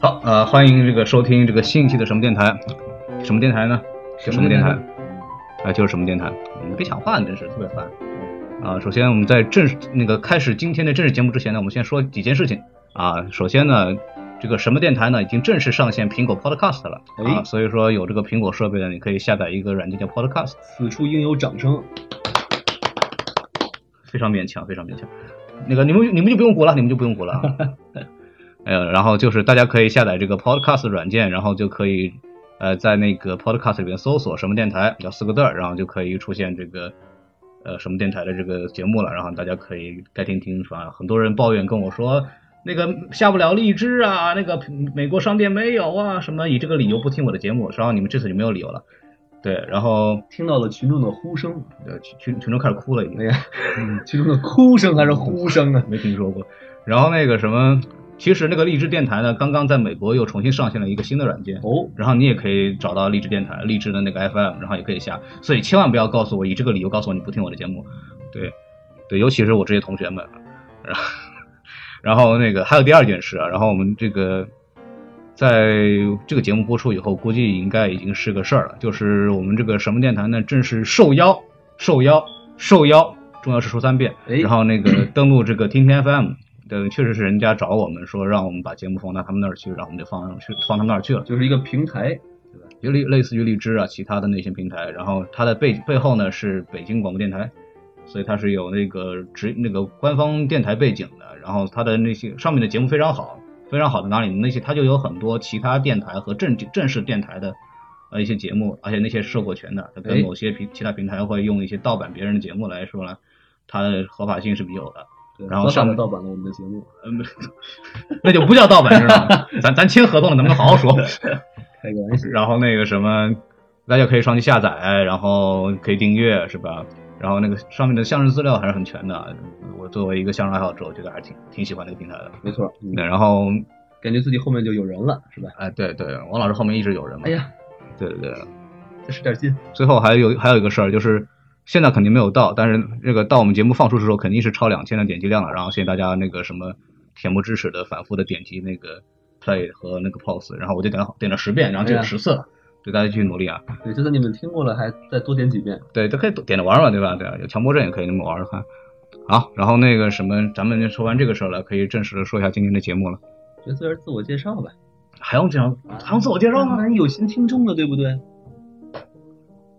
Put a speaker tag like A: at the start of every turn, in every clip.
A: 好，呃，欢迎这个收听这个新一期的什么电台？什么电台呢？就什么电台？啊、就是什么电台？你别抢话，你真是特别烦。啊、首先我们在正式那个开始今天的正式节目之前呢，我们先说几件事情啊、首先呢，这个什么电台呢已经正式上线苹果 Podcast 了啊、
B: 哎
A: 所以说有这个苹果设备的，你可以下载一个软件叫 Podcast，
B: 此处应有掌声。
A: 非常勉强，非常勉强。那个你们你们就不用鼓了，你们就不用鼓了啊。呃，然后就是大家可以下载这个 Podcast 软件，然后就可以呃在那个 Podcast 里面搜索什么电台，要四个字儿，然后就可以出现这个呃什么电台的这个节目了。然后大家可以该听听，反正很多人抱怨跟我说。那个下不了荔枝啊，那个美国商店没有啊，什么以这个理由不听我的节目，然后你们这次就没有理由了，对，然后
B: 听到了群众的呼声，
A: 呃群群群众开始哭了已经
B: 哎，呀，群众的哭声还是呼声啊？
A: 没听说过。然后那个什么，其实那个荔枝电台呢，刚刚在美国又重新上线了一个新的软件。
B: 哦，
A: 然后你也可以找到荔枝电台、荔枝的那个 FM，然后也可以下。所以千万不要告诉我以这个理由告诉我你不听我的节目，对，对，尤其是我这些同学们。 然后，然后那个还有第二件事啊，然后我们这个在这个节目播出以后，估计应该已经是个事儿了，就是我们这个什么电台呢，正式受邀、受邀、受邀，重要是说三遍。
B: 哎
A: 然后那个登录这个听听 FM。对，确实是人家找我们说让我们把节目放到他们那儿去，然后我们就放上去，放他们那儿去了。
B: 就是一个平台，
A: 就类类似于荔枝啊，其他的那些平台。然后它的背背后呢是北京广播电台，所以它是有那个职那个官方电台背景的。然后它的那些上面的节目非常好，非常好的哪里呢？那些它就有很多其他电台和正正式电台的呃一些节目，而且那些是受过权的，它跟
B: 哎
A: 某些平其他平台会用一些盗版别人的节目来说呢，它的合法性是没有的。
B: 对
A: 然后
B: 合法
A: 上
B: 地
A: 面
B: 盗版了我们的节目，
A: 嗯， 那就不叫盗版，知道 吗？咱咱签合同了，能不能好 好说？
B: 开个玩笑。
A: 然后那个什么，大家可以上去下载，然后可以订阅，是吧？然后那个上面的相声资料还是很全的。我作为一个相声爱好者，我觉得还是挺挺喜欢那个平台的。
B: 没错，嗯
A: 对，然后
B: 感觉自己后面就有人了，是吧？
A: 哎，对对，王老师后面一直有人嘛。
B: 哎，呀，
A: 对对对。
B: 再使点劲，
A: 最后还有还有一个事儿，就是现在肯定没有到，但是这个到我们节目放出的时候，肯定是超两千的点击量了。然后谢谢大家那个什么恬不知耻的反复的点击那个 play 和那个 pause，然后我就点了点了十遍，然后就有
B: 哎呀
A: 十次了。对，大家继续努力啊！
B: 对，就算你们听过了，还再多点几遍。
A: 对，都可以点着玩嘛，对吧？对啊，有强迫症也可以那么玩着看。好，然后那个什么，咱们就说完这个事儿了，可以正式的说一下今天的节目了。
B: 就做点自我介绍吧，
A: 还用这样还用自我介绍吗？
B: 万一有新听众了，对不对？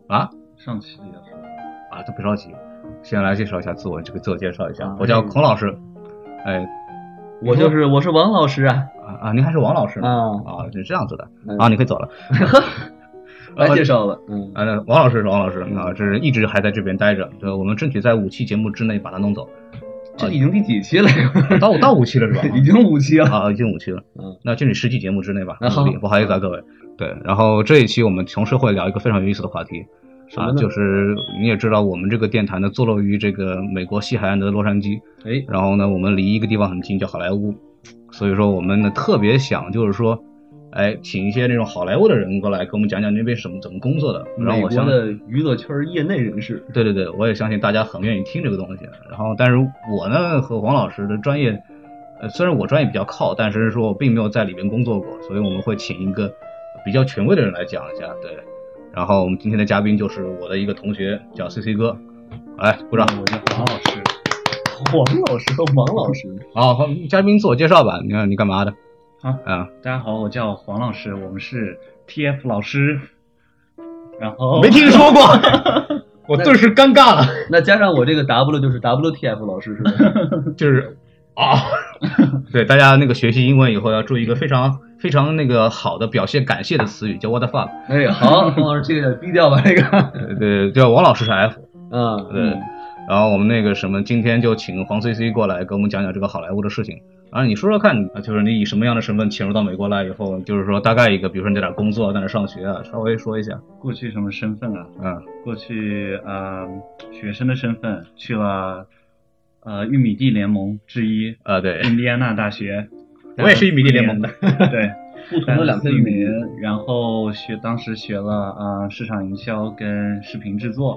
A: 啊
B: 上期也是，
A: 啊，都别着急，先来介绍一下自我，这个自我介绍一下
B: 啊，
A: 我叫孔老师。哎，
B: 我就是我是王老师啊
A: 啊啊，您还是王老师呢？
B: 啊，
A: 啊，是这样子的
B: 嗯
A: 啊，你可以走 了。
B: 来介绍吧，嗯，
A: 啊，那王老师是王老师啊，这是一直还在这边待着，对，我们争取在五期节目之内把他弄 走。
B: 这已经第几期了？
A: 到到五期了是吧？
B: 已经五期了，
A: 啊，已经五期了。
B: 嗯，
A: 那争取十期节目之内吧，
B: 啊好
A: 努力不好意思啊，各位。对，然后这一期我们同时会聊一个非常有意思的话题
B: 什么
A: 啊，
B: 呢
A: 就是你也知道，我们这个电台呢坐落于这个美国西海岸的洛杉矶，
B: 哎，
A: 然后呢，我们离一个地方很近，叫好莱坞，所以说我们呢特别想就是说，哎，请一些那种好莱坞的人过来给我们讲讲那边什么怎么工作的。然后
B: 美
A: 我
B: 国
A: 相
B: 的娱乐圈业内人士，
A: 对对对，我也相信大家很愿意听这个东西。然后，但是我呢和王老师的专业，呃，虽然我专业比较靠，但是说我并没有在里面工作过，所以我们会请一个比较权威的人来讲一下。对，然后我们今天的
C: 嗯
A: 嘉宾就是我的一个同学，叫 C C 哎哥，来鼓掌。
B: 我叫王老师。黄老师和王老师，
A: 哦，嘉宾自我介绍吧，你看你干嘛的？
C: 好
A: 啊，
C: 大家好，我叫黄老师，我们是 TF 老师。然后
A: 没听 说过，我顿时尴尬了，
B: 那加上我这个 W 就是 WTF 老师是吧？
A: 就是啊， 对大家那个学习英文以后要注意一个非常非常那个好的表现感谢的词语，叫 what the fuck，
B: 哎，好，黄老师这个低调吧，这个，
A: 呃对，叫王老师是 F，
B: 啊，
A: 对。然后我们那个什么，今天就请黄 C C 过来给我们讲讲这个好莱坞的事情。然后你说说看，啊就是你以什么样的身份潜入到美国来以后，就是说大概一个，比如说你在哪儿工作，在哪儿上学啊，稍微说一下。
C: 过去什么身份啊？
A: 嗯，
C: 过去呃学生的身份去了呃玉米地联盟之一呃
A: 啊，对，
C: 印第安纳大学，
A: 我也是玉米地联盟的。
C: 对，
B: 不同
C: 待
B: 的
C: 了
B: 两片
C: 四
B: 玉米，
C: 年，然后学当时学了啊、呃市场营销跟视频制作，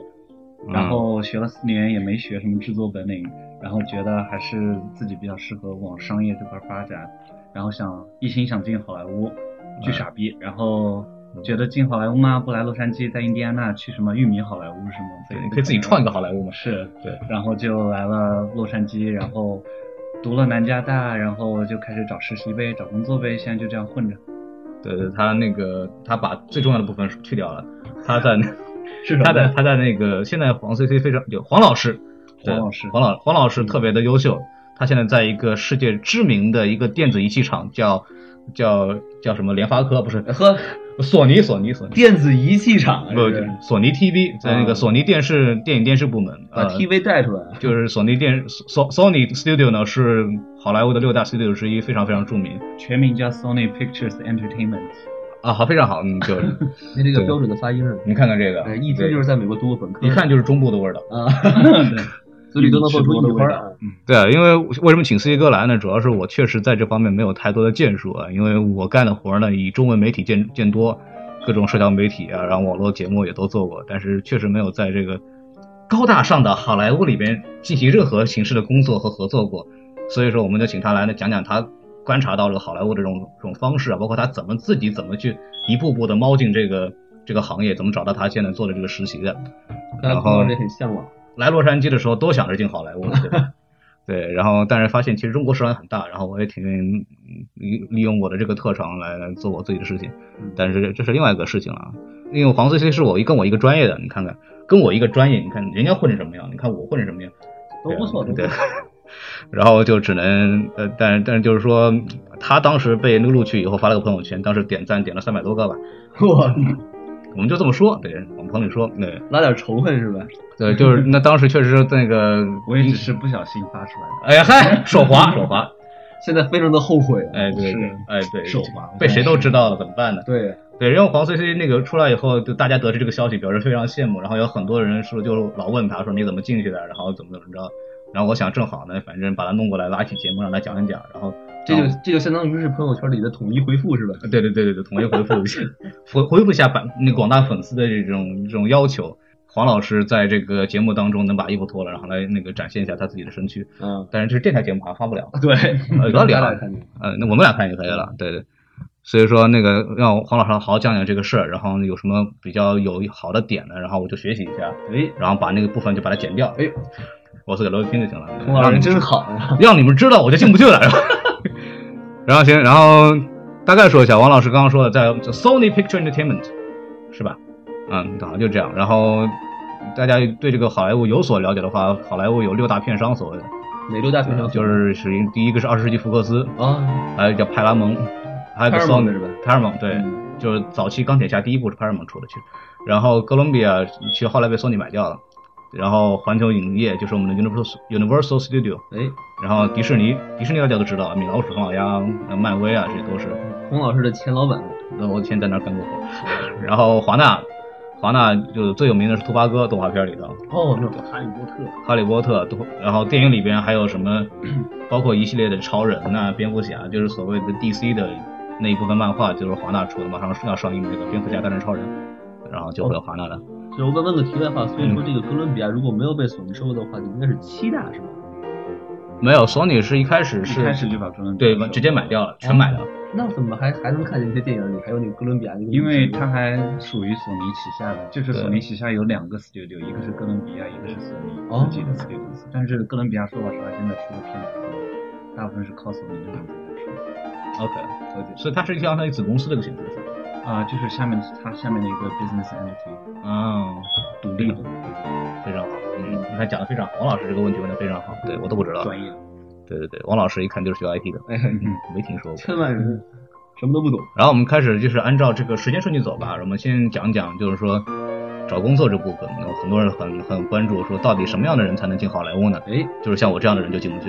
A: 嗯
C: 然后学了四年也没学什么制作本领，然后觉得还是自己比较适合往商业这块发展，然后想一心想进好莱坞，
A: 嗯
C: 巨傻逼，然后觉得进好莱坞吗？不来洛杉矶，在印第安纳去什么玉米好莱坞什么，
A: 对，你可以自己创一个好莱坞嘛。
C: 是，
A: 对，
C: 然后就来了洛杉矶，然后读了南加大，然后就开始找实习呗，找工作呗，现在就这样混着。
A: 对对，他那个他把最重要的部分去掉了，他在
B: 是什
A: 他
B: 么
A: 在
B: 呢？
A: 他在那个现在黄 C C 非常有黄老师，嗯对
C: 黄老师
A: 黄老黄老师特别的优秀，他现在在一个世界知名的一个电子仪器厂叫叫叫什么联发科不是
B: 和
A: 索尼索尼索尼。
B: 电子仪器厂 啊
A: 不，
B: 是
A: 索尼 TV 在那个
B: 啊
A: 索尼电视电影电视部门，
B: 把
A: 呃，
B: TV 带出来， 啊
A: 就是索尼电 So Sony Studio 呢是好莱坞的六大 studio 之一，非常非常著名
C: 全名叫 Sony Pictures Entertainment。
A: 啊，好，非常好，嗯， 就是
B: 那这个
A: 对
B: 标准的发音是吧？
A: 你看看这个嗯
B: 哎，，一听就是在美国读过本科，
A: 一看就是中部的味儿道。
B: 啊，
C: 对，
B: 嘴里都能
C: 是
B: 蹦
C: 多
B: 出
C: 的
B: 一
C: 味
B: 花
C: 道
B: 儿。啊
A: 对，啊因为为什么请司机哥来呢？主要是我确实在这方面没有太多的建树啊，因为我干的活儿呢以中文媒体见见多，各种社交媒体啊，然后网络节目也都做过，但是确实没有在这个高大上的好莱坞里边进行任何形式的工作和合作过，所以说我们就请他来呢讲讲他观察到这个好莱坞的这种这种方式啊，包括他怎么自己怎么去一步步的猫进这个这个行业，怎么找到他现在做的这个实习的，
B: 大家
A: 然
B: 听到
A: 后
B: 这很向往，
A: 来洛杉矶的时候都想着进好莱坞， 对吧？对，然后但是发现其实中国市场很大，然后我也挺愿意嗯利利用我的这个特长来来做我自己的事情，
B: 嗯
A: 但是这这是另外一个事情了啊。因为黄思琪是我一跟我一个专业的，你看看跟我一个专业，你看人家混成什么样，你看我混成什么样，
B: 都不错，都不
A: 对
B: 错
A: 啊。对然后就只能呃，但但是就是说，他当时被那个录取以后发了个朋友圈，当时点赞点了三百多个吧，
B: 哇，
A: 我们就这么说，对，我们朋友里说，对
B: 拉点仇恨是吧？
A: 对，就是那当时确实那个
C: 我也只是不小心发出来
A: 哎
C: 的。
A: 呀嗨，手滑手滑，
B: 现在非常的后悔啊。
A: 哎对
C: 嗯是
A: 对，哎对，
C: 手滑嗯
A: 被谁都知道了，怎么办呢？
B: 对，
A: 对，然后黄翠翠那个出来以后，就大家得知这个消息，表示非常羡慕，然后有很多人说就老问他说你怎么进去的，然后怎么怎么着，然后我想正好呢，反正把他弄过来拉起节目让他讲一讲，然后
B: 这就这就相当于是朋友圈里的统一回复是吧？
A: 对对对对对，统一回复一 下，回回复一下版那广大粉丝的这种这种要求。黄老师在这个节目当中能把衣服脱了，然后来那个展现一下他自己的身躯，
B: 嗯，
A: 但是这是电台节目啊发不了，
B: 对，
A: 呃，不
B: 大
A: 了
B: 家，看见
A: 呃，那我们俩看就可以了，对对。所以说那个让黄老师好好讲讲这个事儿，然后有什么比较有好的点呢，然后我就学习一下，
B: 哎，
A: 然后把那个部分就把它剪掉，
B: 哎，
A: 我自个儿留着听就行了。
B: 孔老
A: 让你
B: 师
A: 们
B: 真好呀。
A: 让你们知道我就进不去了，是吧？ 然后行，然后大概说一下，王老师刚刚说的，在就 Sony Picture Entertainment 是吧？嗯，好，就这样。然后大家对这个好莱坞有所了解的话，好莱坞有六大片商所谓的，
B: 哪六大片商
A: 就是是一第一个是二十世纪福克斯，
B: 啊，
A: 还有叫派拉蒙，还有个
B: Paramount
A: Sony
B: 是吧
A: 派拉蒙对，
B: 嗯
A: 就是早期钢铁侠第一部是派拉蒙出的去，然后哥伦比亚其实后来被 Sony 买掉了，然后环球影业就是我们的 Universal Universal Studio。
B: 哎，
A: 然后迪士尼，迪士尼大家都知道，米老鼠、唐老鸭、呃漫威啊，这些都是。
B: 孔老师的前老板，
A: 那我以前在那儿干过活。 然后华纳，华纳就是最有名的是兔八哥动画片里头，
B: 哦，那个哈利波特，
A: 《哈利波特》都，然后电影里边还有什么， 包括一系列的超人呐、蝙蝠侠，就是所谓的 DC 的那一部分漫画，就是华纳出的，马上要上映的这个蝙蝠侠大战超人，然后就会有华纳的。
B: 就是我问问个题外话，所以说这个哥伦比亚如果没有被索尼收购的话，就应该是七大是吧？
A: 没有，索尼是一开始是
C: 一开始就把中文哎
A: 对，直接买掉了，全买掉了。
B: 那怎么还还能看见这些电影里还有那个哥伦比亚那个？
C: 因为它还属于索尼旗下的，就是索尼旗下有两个 studio，一个是哥伦比亚，一个是索尼
B: 哦
C: 自己的 studio 公司。但是哥伦比亚说老实话，现在出的片子大部分是靠索尼这种来
A: ，OK，
C: 出，了解
A: 所以它是相当于子公司的一个形式是吧。
C: 啊，就是下面它下面的一个 business entity
A: 啊，
C: 独立的，
A: 非常好，嗯，你看讲的非常好，王老师这个问题问的非常好，对我都不知道，
C: 专业。
A: 对对对，王老师一看就是学 IT 的，嗯
B: 哎呀，你
A: 没听说过。
B: 千万人什么都不懂，
A: 然后我们开始就是按照这个时间顺序走吧。我们先讲讲，就是说找工作这部分，那么很多人很很关注，说到底什么样的人才能进好莱坞呢？
B: 哎，
A: 就是像我这样的人就进 不去。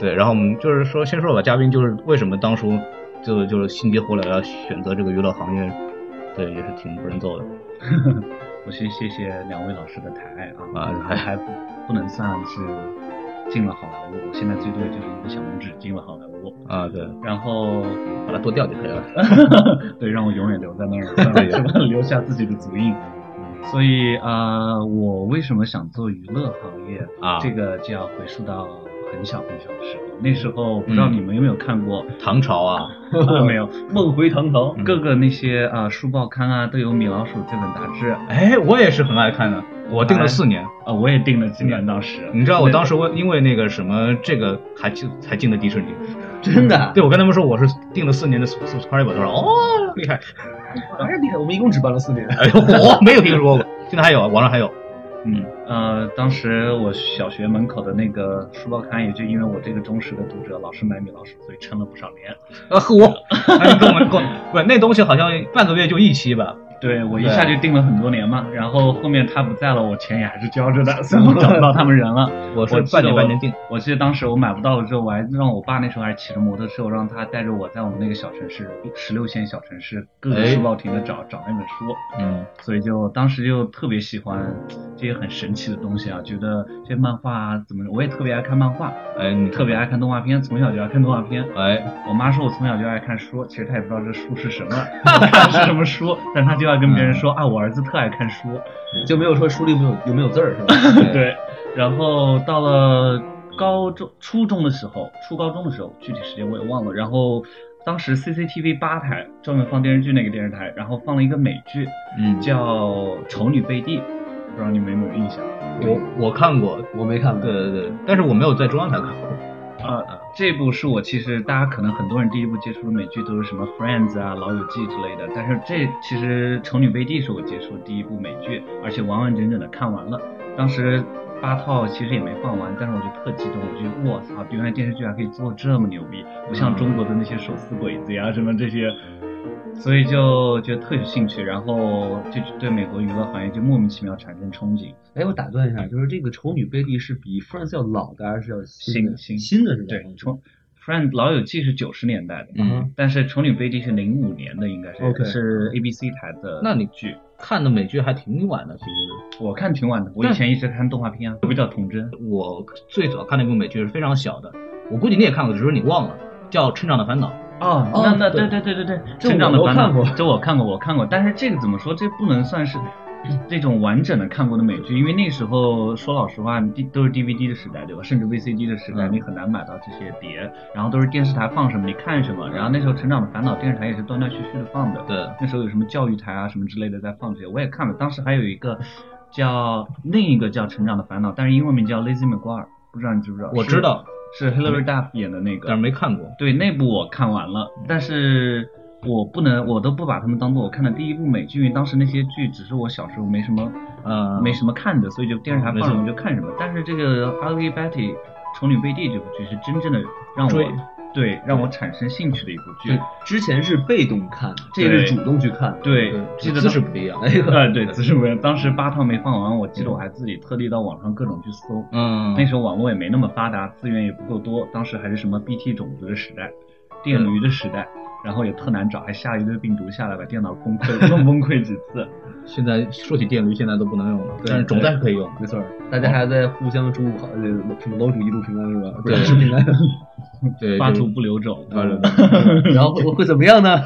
A: 对，然后我们就是说，先说吧，嘉宾就是为什么当初就就是心急火燎要选择这个娱乐行业，对，也是挺不人揍的。
C: 我先谢谢两位老师的抬爱啊，
A: 啊
C: 还还不不能算是进了好莱坞，我现在最多就是一个小拇指进了好莱坞，
A: 啊，对，
C: 然后
A: 把它剁掉就可以了。
C: 对，让我永远留在那 儿，是吧？留下自己的足印。所以啊、呃我为什么想做娱乐行业
A: 啊
C: 这个就要回溯到很小很小的时候，那时候不知道
B: 嗯
C: 你们有没有看过，
A: 唐朝啊，
C: 没有，
B: 梦回唐朝，
A: 嗯
C: 各个那些啊、书报刊啊都有米老鼠这本杂志啊、
A: 哎，我也是很爱看的，我订了四年。
C: 我也订了几年，当时
A: 你知道我当时我因为那个什么这个还进才进的迪士尼，
B: 真的，
A: 啊对我跟他们说我是订了四年的 Super Bowl，他说哦厉害，
B: 还是厉害，我们一共只办了四年，
A: 哎呦我没有听说过， 现在还有啊，网上还有，
C: 嗯，呃，当时我小学门口的那个书报刊，也就因为我这个忠实的读者，老是买米老鼠，所以撑了不少年。
A: 啊 我，哎你跟我们跟我们不是那东西好像半个月就一期吧，
C: 对我一下就订了很多年嘛，然后后面他不在了，我钱也还是交着的，所以我找不到他们人了。
A: 我是
C: 我记
A: 半
C: 得
A: 年
C: 我
A: 半年订，
C: 我记得当时我买不到了之后，我还让我爸那时候还骑着摩托车，我让他带着我在我们那个小城市，十六线小城市各个
A: 哎
C: 书报亭的找、找那本书。
A: 嗯
C: 所以就当时就特别喜欢这些很神奇的东西啊，觉得这些漫画啊怎么，我也特别爱看漫画，
A: 哎你
C: 特别爱看动画片，从小就爱看动画片。
A: 哎
C: 我妈说我从小就爱看书，其实她也不知道这书是什么，看是什么书，但她就要跟别人说啊，我儿子特爱看书。
B: 就没有说书里有没有有没有字儿是吧？
C: 对，然后到了高中、初中的时候，初高中的时候，具体时间我也忘了。然后当时 CCTV 八台专门放电视剧那个电视台，然后放了一个美剧
A: 嗯，
C: 叫《丑女贝蒂》，不知道你们有没有印象？
A: 我我看过，
B: 我没看
A: 对
B: 过，
A: 对对，但是我没有在中央台看过，
C: 啊，这部是我其实大家可能很多人第一部接触的美剧都是什么《Friends》啊、《老友记》之类的，但是这其实《丑女贝蒂》是我接触的第一部美剧，而且完完整整的看完了。当时八套其实也没放完，但是我就特激动，我觉得我操，原来电视剧还可以做这么牛逼，不像中国的那些手撕鬼子呀什么这些。所以就觉得特有兴趣，然后就对美国娱乐行业就莫名其妙产生憧憬。
B: 哎，我打断一下，就是这个丑女贝蒂是比 Friends 要老的还是要的？
C: 新
B: 嗯新的是吧？
C: 对，从 Friend 老友记是九十年代的，
A: 嗯，
C: 但是《丑女贝蒂》是零五年的，应该是
B: OK
C: 是 ABC 台的。
A: 那你剧看的美剧还挺晚的，其实。
C: 我看挺晚的，我以前一直看动画片啊，比较童真。
A: 我最早看那部美剧是非常小的，我估计你也看过，只是你忘了，叫《成长的烦恼》。
C: 哦，
B: 哦
C: 那那
B: 对
C: 对对对对对，
B: 这
C: 成长
B: 我
C: 的
B: 都
C: 烦恼
B: 看过
C: 这我看过，我看过。但是这个怎么说？这不能算是这种完整的看过的美剧，因为那时候说老实话，你 D 都是 DVD 的时代，对吧？甚至 VCD 的时代，
A: 嗯
C: 你很难买到这些碟，然后都是电视台放什么你看什么。然后那时候《成长的烦恼》电视台也是断断续续的放的。
A: 对，
C: 那时候有什么教育台啊什么之类的在放这些，我也看了。当时还有一个叫另一个叫《成长的烦恼》，但是英文名叫《Lazy McGuire》，不知道你知不知道？
A: 我
C: 是
A: 知，道，嗯
C: 是 Hilary Duff 演的那
A: 但是
C: 个。
A: 没看过。
C: 对，那部我看完了，但是我不能，我都不把他们当做我看的第一部美剧，因为当时那些剧只是我小时候没什么
A: 嗯，
C: 没什么看的，所以就电视台
A: 没
C: 放什么
A: 错
C: 就看什么。但是这个《Ugly Betty》丑女贝蒂这部剧是真正的让我
A: 追
C: 对让我产生兴趣的一部剧
B: 对。，之前是被动看，这
C: 对
B: 是主动去看。
C: 对
A: 对，，
C: 记得
A: 姿
C: 当
A: 势不一
B: 哎
A: 样。
C: 啊， 对，姿势不一样。当时八套没放完，我记得我还自己特地到网上各种去搜。
A: 嗯，
C: 那时候网络也没那么发达，资源也不够多，当时还是什么 BT 种子的时代，电驴的时代，然后也特难找，还下了一堆病毒下来，把电脑崩溃，崩崩溃几次。
A: 现在说起电驴，现在都不能用了，
B: 对
A: 但是种子还是可以用的。
B: 没错儿，大家还在互相祝好，呃，什么楼主一路平安是吧？
A: 对
B: 不是平安。
A: 对，
C: 发
A: 就
C: 图不留种。
A: 对对
B: 然后会会怎么样呢？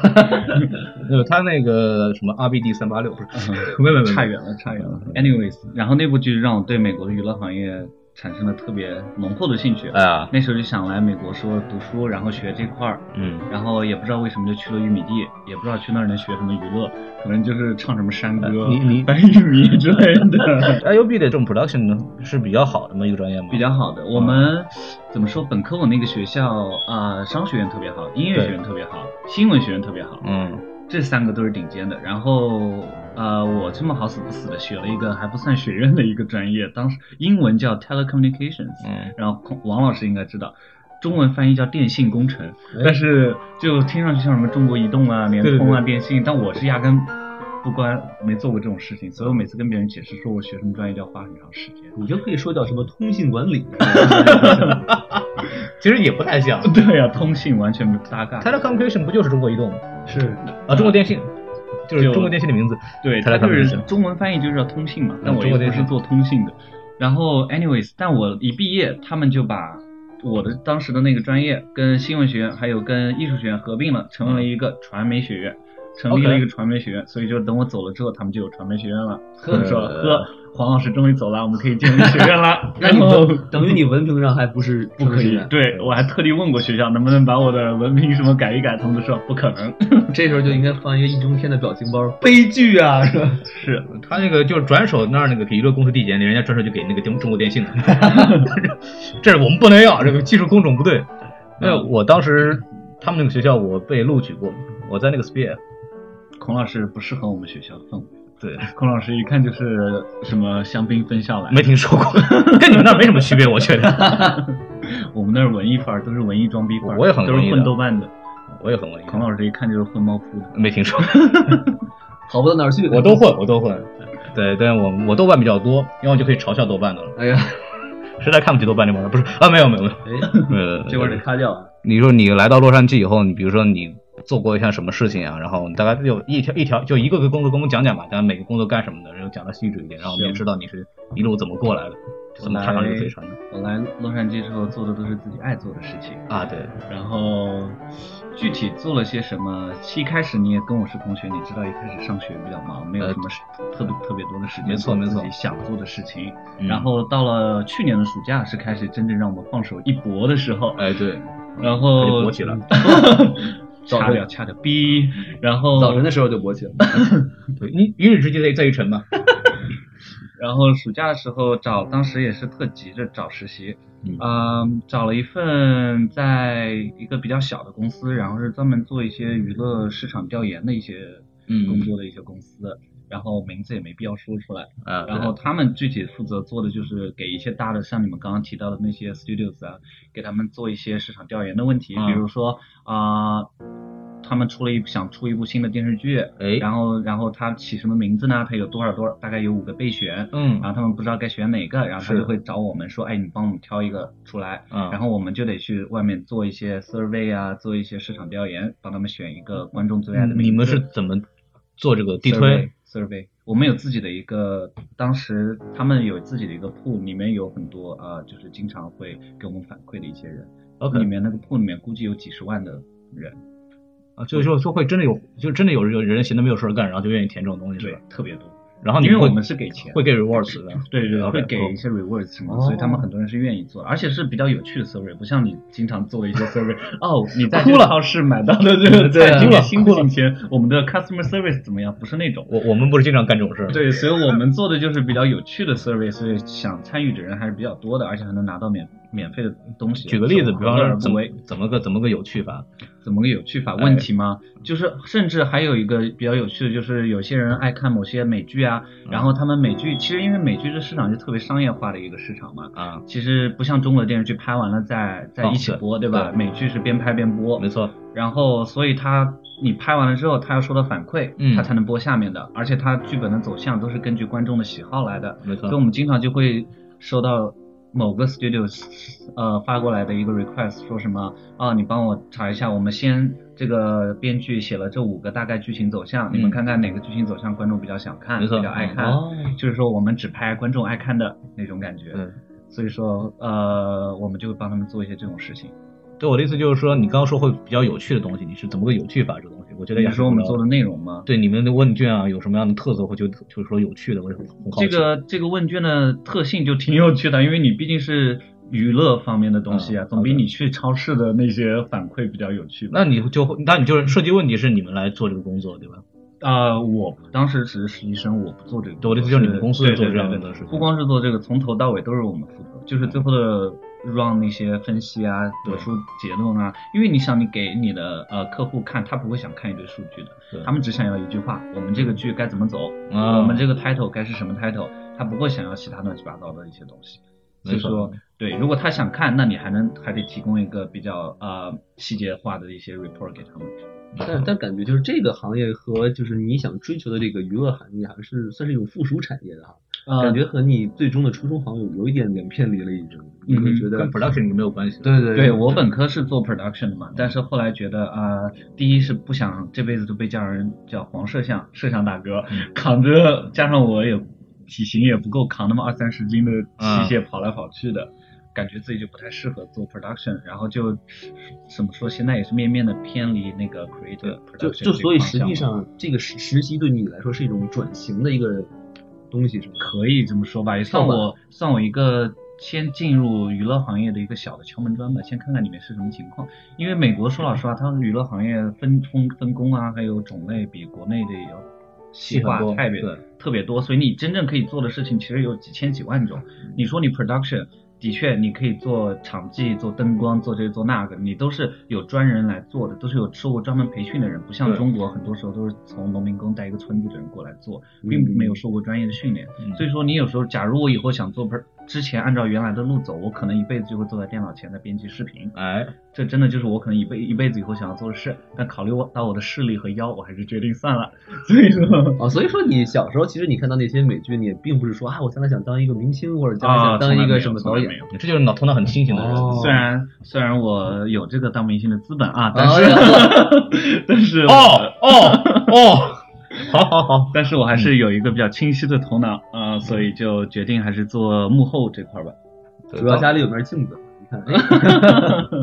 A: 对，他那个什么 RBD 三八六，不是，
C: 嗯
A: 没没没，
C: 差远了，差远了。Anyways，然后那部剧让我对美国的娱乐行业产生了特别浓厚的兴趣。
A: 啊，
C: 那时候就想来美国说读书，然后学这块儿，
A: 嗯，
C: 然后也不知道为什么就去了玉米地，也不知道去那儿能学什么娱乐，可能就是唱什么山歌、
A: 你你
C: 搬玉米之类 的。
A: I U B 的这种 production 是比较好的嘛，一个专业嘛，
C: 比较好的，我们怎么说？本科我那个学校啊、商学院特别好，音乐学院特别好，新闻学院特别好，
A: 嗯
C: 这三个都是顶尖的。然后啊，我这么好死不死的学了一个还不算学院的一个专业，当时英文叫 telecommunications，
A: 嗯
C: 然后孔王老师应该知道，中文翻译叫电信工程，但是就听上去像什么中国移动啊、联通啊、电信，但我是压根不关没做过这种事情，所以我每次跟别人解释说我学什么专业，就要花很长时间。
B: 你就可以说叫什么通信管理，
A: 其实也不太 像
C: 对呀、通信完全不搭嘎。
A: ，telecommunication 不就是中国移动吗
B: 是
A: 啊，中国电信就是
C: 就
A: 中国电信的名字，
C: 对，它就是中文翻译就叫通信嘛，但我又不是做通信的。然后，anyways，但我一毕业，他们就把我的当时的那个专业跟新闻学院还有跟艺术学院合并了，成为了一个传媒学院，成立了一个传媒学院。所以就等我走了之后，他们就有传媒学院了。所以说，呵，黄老师终于走了，我们可以建立学院了。
B: 那
C: 然
B: 你
C: 后
B: 等等于你文凭上还不是
C: 不可以，对我还特地问过学校能不能把我的文凭什么改一改，他们都说不可能。
B: 这时候就应该放一个易中天的表情包，悲剧啊！是吧
C: 是，
A: 他那个就是转手那儿那个给娱乐公司递减，人家转手就给那个中中国电信了， 这是我们不能要，这个技术工种不
B: 嗯
A: 对。因为我当时他们那个学校我被录取过，我在那个 SPIA，
C: 孔老师不适合我们学校的氛围。
A: 对，
C: 孔老师一看就是什么香槟分校 来，
A: 没听说过，跟你们那儿没什么区别，我觉得。
C: 我们那儿文艺范儿都是文艺装逼范儿，
A: 我也很
C: 都
A: 文艺
C: 是
A: 的
C: 混豆瓣的。
A: 我也很文艺，
C: 孔老师一看就是混猫扑的。
A: 没听说，
B: 好不到哪儿去。
A: 我都混，我都混。 对，但我我豆瓣比较多，因为我就可以嘲笑豆瓣的了。
B: 哎呀，
A: 实在看不起豆瓣这帮人，不是啊，没有没有没有，
B: 哎，
A: 呃，
B: 这块儿得咔掉啊。
A: 你说你来到洛杉矶以后，你比如说你做过一项什么事情啊，然后你大概有一条一条就一个个工作跟我们讲讲吧，咱每个工作干什么的，然后讲的细致一点，让我们也
C: 行
A: 知道你是一路怎么过来的，怎么踏上这个飞船的
C: 我来洛杉矶之后做的都是自己爱做的事情，
A: 啊？对，
C: 然后具体做了些什么，一开始你也跟我是同学，你知道一开始上学比较忙，没有
A: 呃
C: 什么事特别特别多的时间，
A: 没错没错
C: 自己想做的事情。
A: 嗯
C: 然后到了去年的暑假是开始真正让我们放手一搏的时候，
A: 哎对，
C: 然
A: 他就
C: 后
A: 勃起了，嗯
B: 早
C: 掐
B: 晨
C: 掉掐掉，逼，然后
B: 早晨的时候就勃起了，
A: 对你一日之计在在于晨嘛，
C: 然后暑假的时候找，当时也是特急着找实习，
A: 嗯
C: 嗯，找了一份在一个比较小的公司，然后是专门做一些娱乐市场调研的一些
A: 嗯
C: 工作的一些公司，然后名字也没必要说出来。
A: 啊，
C: 然后他们具体负责做的就是给一些大的，像你们刚刚提到的那些 studios 啊，给他们做一些市场调研的问题，
A: 嗯
C: 比如说啊、他们出了一部想出一部新的电视剧，
A: 对哎，
C: 然后然后它起什么名字呢？它有多少多少，大概有五个备选，
A: 嗯
C: 然后他们不知道该选哪个，然后他
A: 是
C: 就会找我们说，哎，你帮我们挑一个出来，
A: 啊，
C: 然后我们就得去外面做一些 survey 啊，做一些市场调研，帮他们选一个观众最爱的名字。
A: 嗯你们是怎么做这个地推？
C: survey, survey？我们有自己的一个，当时他们有自己的一个 pool，里面有很多啊、呃就是经常会给我们反馈的一些人。
A: OK
C: 里面那个 pool 里面估计有几十万的人，
A: 啊，就是说说会真的有，就真的有有人闲的没有事儿干，然后就愿意填这种东西，是
C: 对
A: 吧？，
C: 特别多。
A: 然后你
C: 因为
A: 会
C: 我们是给钱，
A: 会给 rewards 的，
C: 对对，
A: OK，
C: 会给一些 rewards 什么的，
B: 哦
C: 所以他们很多人是愿意做的，而且是比较有趣的 survey，不像你经常做的一 些 survey，哦，你在
A: 哭
C: 这个
A: 了
C: 超市买到的这 个
A: 对
C: 菜
A: 哭
C: 今
A: 了
C: 天新不新鲜？我们的 customer service 怎么样？不是那种。
A: 我我们不是经常干这种事儿吗，
C: 对，所以我们做的就是比较有趣的 survey，所以想参与的人还是比较多的，而且还能拿到免免费的东西。
A: 举个例子，
C: 手
A: 比
C: 何
A: 方
C: 乐
A: 说
C: 而
A: 怎
C: 不
A: 么
C: 为
A: 怎么个怎么个有趣法？
C: 怎么个有趣法？
A: 哎
C: 问题吗？就是甚至还有一个比较有趣的，就是有些人爱看某些美剧啊，然后他们美剧其实因为美剧这市场是特别商业化的一个市场嘛，
A: 啊，
C: 其实不像中国的电视剧拍完了再再
A: 哦
C: 一起播，
A: 对
C: 对吧？
A: 对
C: 美剧是边拍边播
A: 没，错，
C: 然后所以它你拍完了之后，它要收到反馈，
A: 嗯
C: 它才能播下面的，而且它剧本的走向都是根据观众的喜好来的，
A: 没
C: 所以我
A: 错。
C: 们经常就会收到某个 studio 呃发过来的一个 request，说什么啊，你帮我查一下，我们先这个编剧写了这五个大概剧情走向，你
A: 嗯
C: 们看看哪个剧情走向观众比较想看，
A: 没
C: 比
A: 错嗯
C: 较爱看，
B: 哦
C: 就是说我们只拍观众爱看的那种感觉。
A: 嗯，
C: 所以说，呃，我们就会帮他们做一些这种事情。
A: 对我的意思就是说，你刚刚说会比较有趣的东西，你是怎么个有趣法？这个东西，我觉得
C: 你
A: 也
C: 说我们做的内容吗？
A: 对你们的问卷啊有什么样的特色，或觉得就是说有趣的，我也很好奇。
C: 这个这个问卷的特性就挺有趣的，因为你毕竟是娱乐方面的东西啊，
A: 嗯
C: 总比
A: 好的
C: 你去超市的那些反馈比较有趣吧。
A: 那你就那你就是设计问题是你们来做这个工作对吧？
C: 呃，我当时只是实习生，我不做这个工作。
A: 对我的意思就是你们公司
C: 对
A: 做
C: 对
A: 这样
C: 对
A: 的
C: 对
A: 事情
C: 不光是做这个，从头到尾都是我们负责，就是最后的让那些分析啊，
A: 对
C: 得出结论啊。因为你想，你给你的呃客户看，他不会想看一堆数据
A: 对
C: 的，他们只想要一句话：我们这个剧该怎么走，
A: 啊
C: 我们这个 title 该是什么 title，他不会想要其他乱七八糟的一些东西。所以
A: 没错
C: 说，对，如果他想看，那你还能还得提供一个比较呃细节化的一些 report 给他们。
B: 但但感觉就是这个行业和就是你想追求的这个娱乐行业，还是算是一种附属产业的哈。
C: 呃
B: 感觉和你最终的初衷好像有有一点点偏离了，已经。你会
C: 嗯
B: 觉得
A: 跟 production 没有关系。
B: 对对
C: 对我本科是做 production 的嘛，但是后来觉得啊、呃第一是不想这辈子都被叫人叫黄摄像摄像大哥，
B: 嗯
C: 扛着加上我也体型也不够扛那么二三十斤的器
B: 啊
C: 械跑来跑去的，感觉自己就不太适合做 production，然后就怎么说，现在也是面面的偏离那个 creative production
B: 就
C: 这
B: 就
C: 个
B: 所以
C: 方
B: 实
C: 向
B: 际
C: 了
B: 上这个实实习对你来说是一种转型的一个东西，是吧？
C: 可以这么说吧，也算我算我一个先进入娱乐行业的一个小的敲门砖吧，先看看里面是什么情况。因为美国说老实话，它的娱乐行业分分分工啊，还有种类比国内的也要细化
A: 细很多
C: 特别
A: 对
C: 特别多，所以你真正可以做的事情其实有几千几万种。你说你 production。的确，你可以做场记、做灯光、做这个做那个，你都是有专人来做的，都是有受过专门培训的人，不像
A: 对
C: 中国很多时候都是从农民工带一个村子的人过来做，
B: 嗯
C: 并没有受过专业的训练。
A: 嗯
C: 所以说，你有时候，假如我以后想做 pro- 之前按照原来的路走，我可能一辈子就会坐在电脑前在编辑视频。
A: 哎，
C: 这真的就是我可能一辈一辈子以后想要做的事。但考虑我到我的视力和腰，我还是决定算了。所以说，
B: 啊，所以说你小时候其实你看到那些美剧，你也并不是说啊，我将来想当一个明星，或者将来
C: 啊
B: 想当一
C: 从来没
B: 个
C: 有
B: 什么
C: 从
B: 导
C: 来
B: 演啊
C: 没。有
A: 这就是脑头脑很清醒的人。
B: 哦
C: 虽然虽然我有这个当明星的资本啊，但
B: 哎
C: 是、但是我
A: 哦哦哦，好好好，
C: 但是我还
A: 嗯
C: 是有一个比较清晰的头脑啊、呃所以就决定还是做幕后这块儿吧。
A: 对
B: 主要家里有面 镜子，你看，哎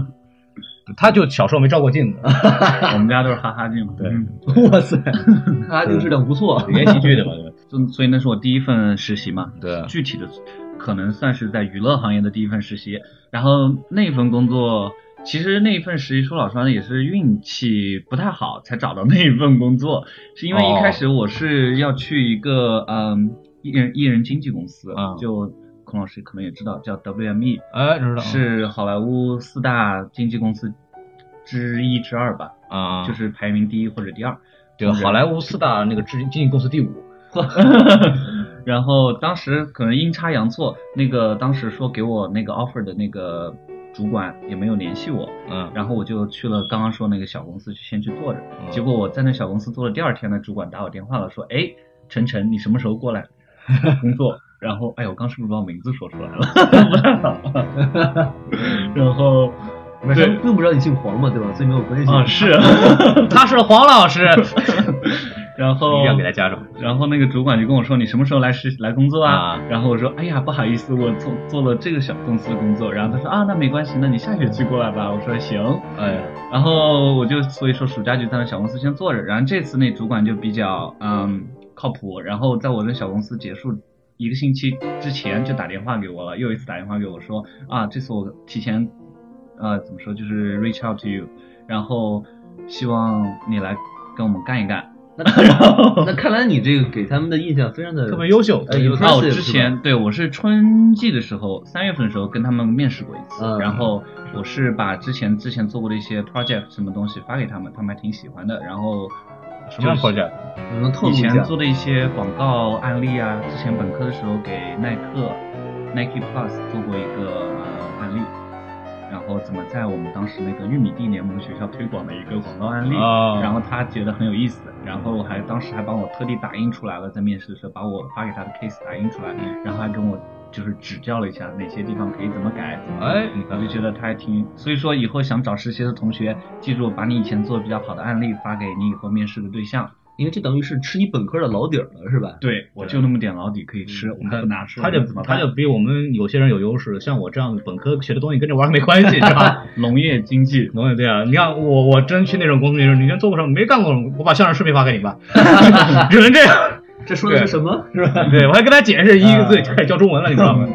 A: 他就小时候没照过镜子，
C: 我们家都是哈哈镜，
A: 对
C: 嗯
B: 哇塞， 他这个质量不错。
A: 演喜剧的嘛，对吧
C: 就所以那是我第一份实习嘛，
A: 对
C: 具体的可能算是在娱乐行业的第一份实习。然后那份工作，其实那一份实习说老实话呢也是运气不太好才找到那一份工作，是因为
A: 哦
C: 一开始我是要去一个嗯艺人艺人经纪公司，
A: 嗯
C: 就孔老师可能也知道叫 WME，
A: 哎，知道
C: 是好莱坞四大经纪公司之一之二吧，
A: 啊，
C: 就是排名第一或者第二。
A: 这个好莱坞四大那个制经纪公司第五，
C: 然后当时可能阴差阳错，那个当时说给我那个 offer 的那个主管也没有联系我，
A: 嗯，
C: 然后我就去了刚刚说那个小公司去先去做着，
A: 嗯
C: 结果我在那小公司做了第二天呢，主管打我电话了，说，哎，晨晨，你什么时候过来 工作？然后，哎，我刚是不是把我名字说出来了？ 不太好。 然后
B: 反正并不知道你姓黄嘛，对吧？所以没有关系。
C: 啊是，
A: 他是黄老师，哦
C: 然后
A: 一定要给他加上，
C: 然后那个主管就跟我说：“你什么时候来实来工作啊？”
A: 啊
C: 然后我说：“哎呀，不好意思，我做做了这个小公司的工作。”然后他说：“啊，那没关系，那你下学期过来吧。”我说：“行。
A: 哎，”
C: 然后我就所以说暑假就在那小公司先做着。然后这次那主管就比较嗯靠谱，然后在我那小公司结束一个星期之前就打电话给我了，又一次打电话给我说：“啊，这次我提前呃怎么说就是 reach out to you，然后希望你来跟我们干一干。”
B: 那看来你这个给他们的印象非常的
A: 特别优秀，
B: 哎有
C: 哦，
B: Impressive，
C: 之前对我是春季的时候，三月份的时候跟他们面试过一次，
B: 嗯
C: 然后我是把之前之前做过的一些 project 什么东西发给他们，他们还挺喜欢的。然后
A: 什么样
C: 就是
A: project？
B: 能透
C: 以
B: 露一
C: 前
B: 下
C: 做的一些广告案例啊，之前本科的时候给耐克 Nike Plus 做过一个呃案例，然后怎么在我们当时那个玉米地联盟学校推广的一个广告案例，
A: 啊
C: 然后他觉得很有意思，然后还当时还帮我特地打印出来了，在面试的时候把我发给他的 case 打印出来，然后还跟我就是指教了一下哪些地方可以怎么改，怎么
A: 哎，你
C: 我
A: 看
C: 就觉得他还挺，所以说以后想找实习的同学，记住把你以前做的比较好的案例发给你以后面试的对象，
B: 因为这等于是吃你本科的老底儿了，是吧？
C: 对我就那么点老底可以吃，我还不拿出来，
A: 他就
C: 那嗯怎么
A: 他
C: 办
A: 就比我们有些人有优势，像我这样本科学的东西跟这玩意儿没关系，是 吧？
C: 农业经济，
A: 农业对啊，你看我我真去那种公司里说，你先做过什么？没干过，我把相声视频发给你 吧， 只能这样，
B: 这说的是什么？
A: 是吧？
C: 嗯
A: 对我还跟他解释，一个字
C: 啊
A: 就开始教中文了，你知道吗？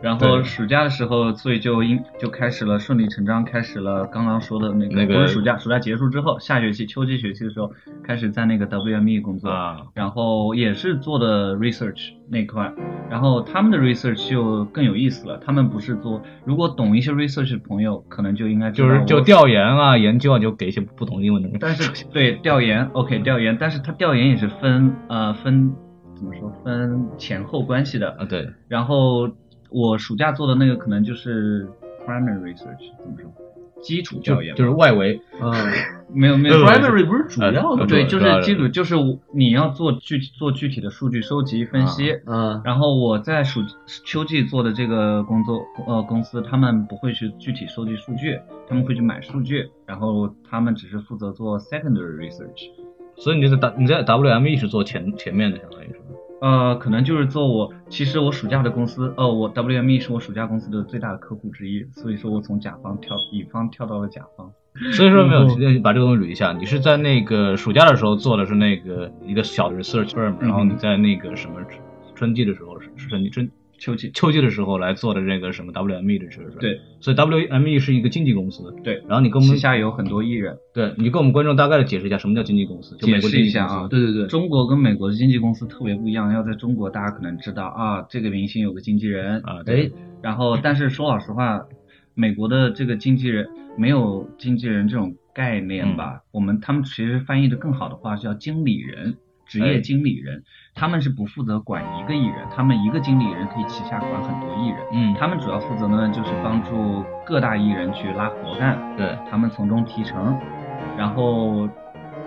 C: 然后暑假的时候，所以就应就开始了顺理成章，开始了刚刚说的那个，
A: 那个
C: 不是暑假，暑假结束之后，下学期秋季学期的时候，开始在那个 WME 工 作，
A: 啊，
C: 然后也是做的 research 那块儿，然后他们的 research 就更有意思了，他们不是做，如果懂一些 research 的朋友，可能就应该知
A: 就
C: 道
A: 是就
C: 我
A: 调研啊、研究啊，就给一些不懂英文 的人。
C: 但是对调研，OK
A: 嗯
C: 调研，但是它调研也是分呃分怎么说分前后关系的。
A: 啊，对，
C: 然后我暑假做的那个可能就是 primary research 怎么说，基础
A: 就
C: 调研吧
A: 就是外围，
B: 嗯
C: 没有没有
B: ，primary 不是主要的
A: 呃
B: 吗，
C: 对
A: 主
C: 就
A: 主要
C: 是
A: 的
C: 基础就是你要做具做具体的数据收集分析。
A: 啊
B: 嗯
C: 然后我在暑秋季做的这个工作，呃，公司他们不会去具体收集数据，他们会去买数据，然后他们只是负责做 secondary research，
A: 所以你在 W 你在 WME 是做前前面的，相当于是。
C: 呃，可能就是做我，其实我暑假的公司，呃，我 WME 是我暑假公司的最大的客户之一，所以说我从甲方跳乙方跳到了甲方。
A: 所以说没有
C: 嗯
A: 直接把这个东西捋一下。你是在那个暑假的时候做的是那个一个小 research firm，然后你在那个什么春春季的时候是是春季春
C: 秋季
A: 秋季的时候来做的这个什么 WME 的 research。
C: 对，
A: 所以 WME 是一个经纪公司。
C: 对，
A: 然后你跟我
C: 旗
A: 们
C: 下有很多艺人，
A: 对你跟我们观众大概的解释一下什么叫经纪公司，就美国
C: 解释一
A: 经纪
C: 下
A: 公司
C: 啊
B: 对对对，
C: 中国跟美国的经纪公司特别不一样，要在中国大家可能知道啊，这个明星有个经纪人
A: 啊对
C: 哎，然后但是说老实话，美国的这个经纪人没有经纪人这种概念吧？我们他们其实翻译的更好的话是叫经理人。职
A: 哎
C: 业经理人，他们是不负责管一个艺人，他们一个经理人可以旗下管很多艺人，
A: 嗯，
C: 他们主要负责呢就是帮助各大艺人去拉活干，
A: 对
C: 他们从中提成，然后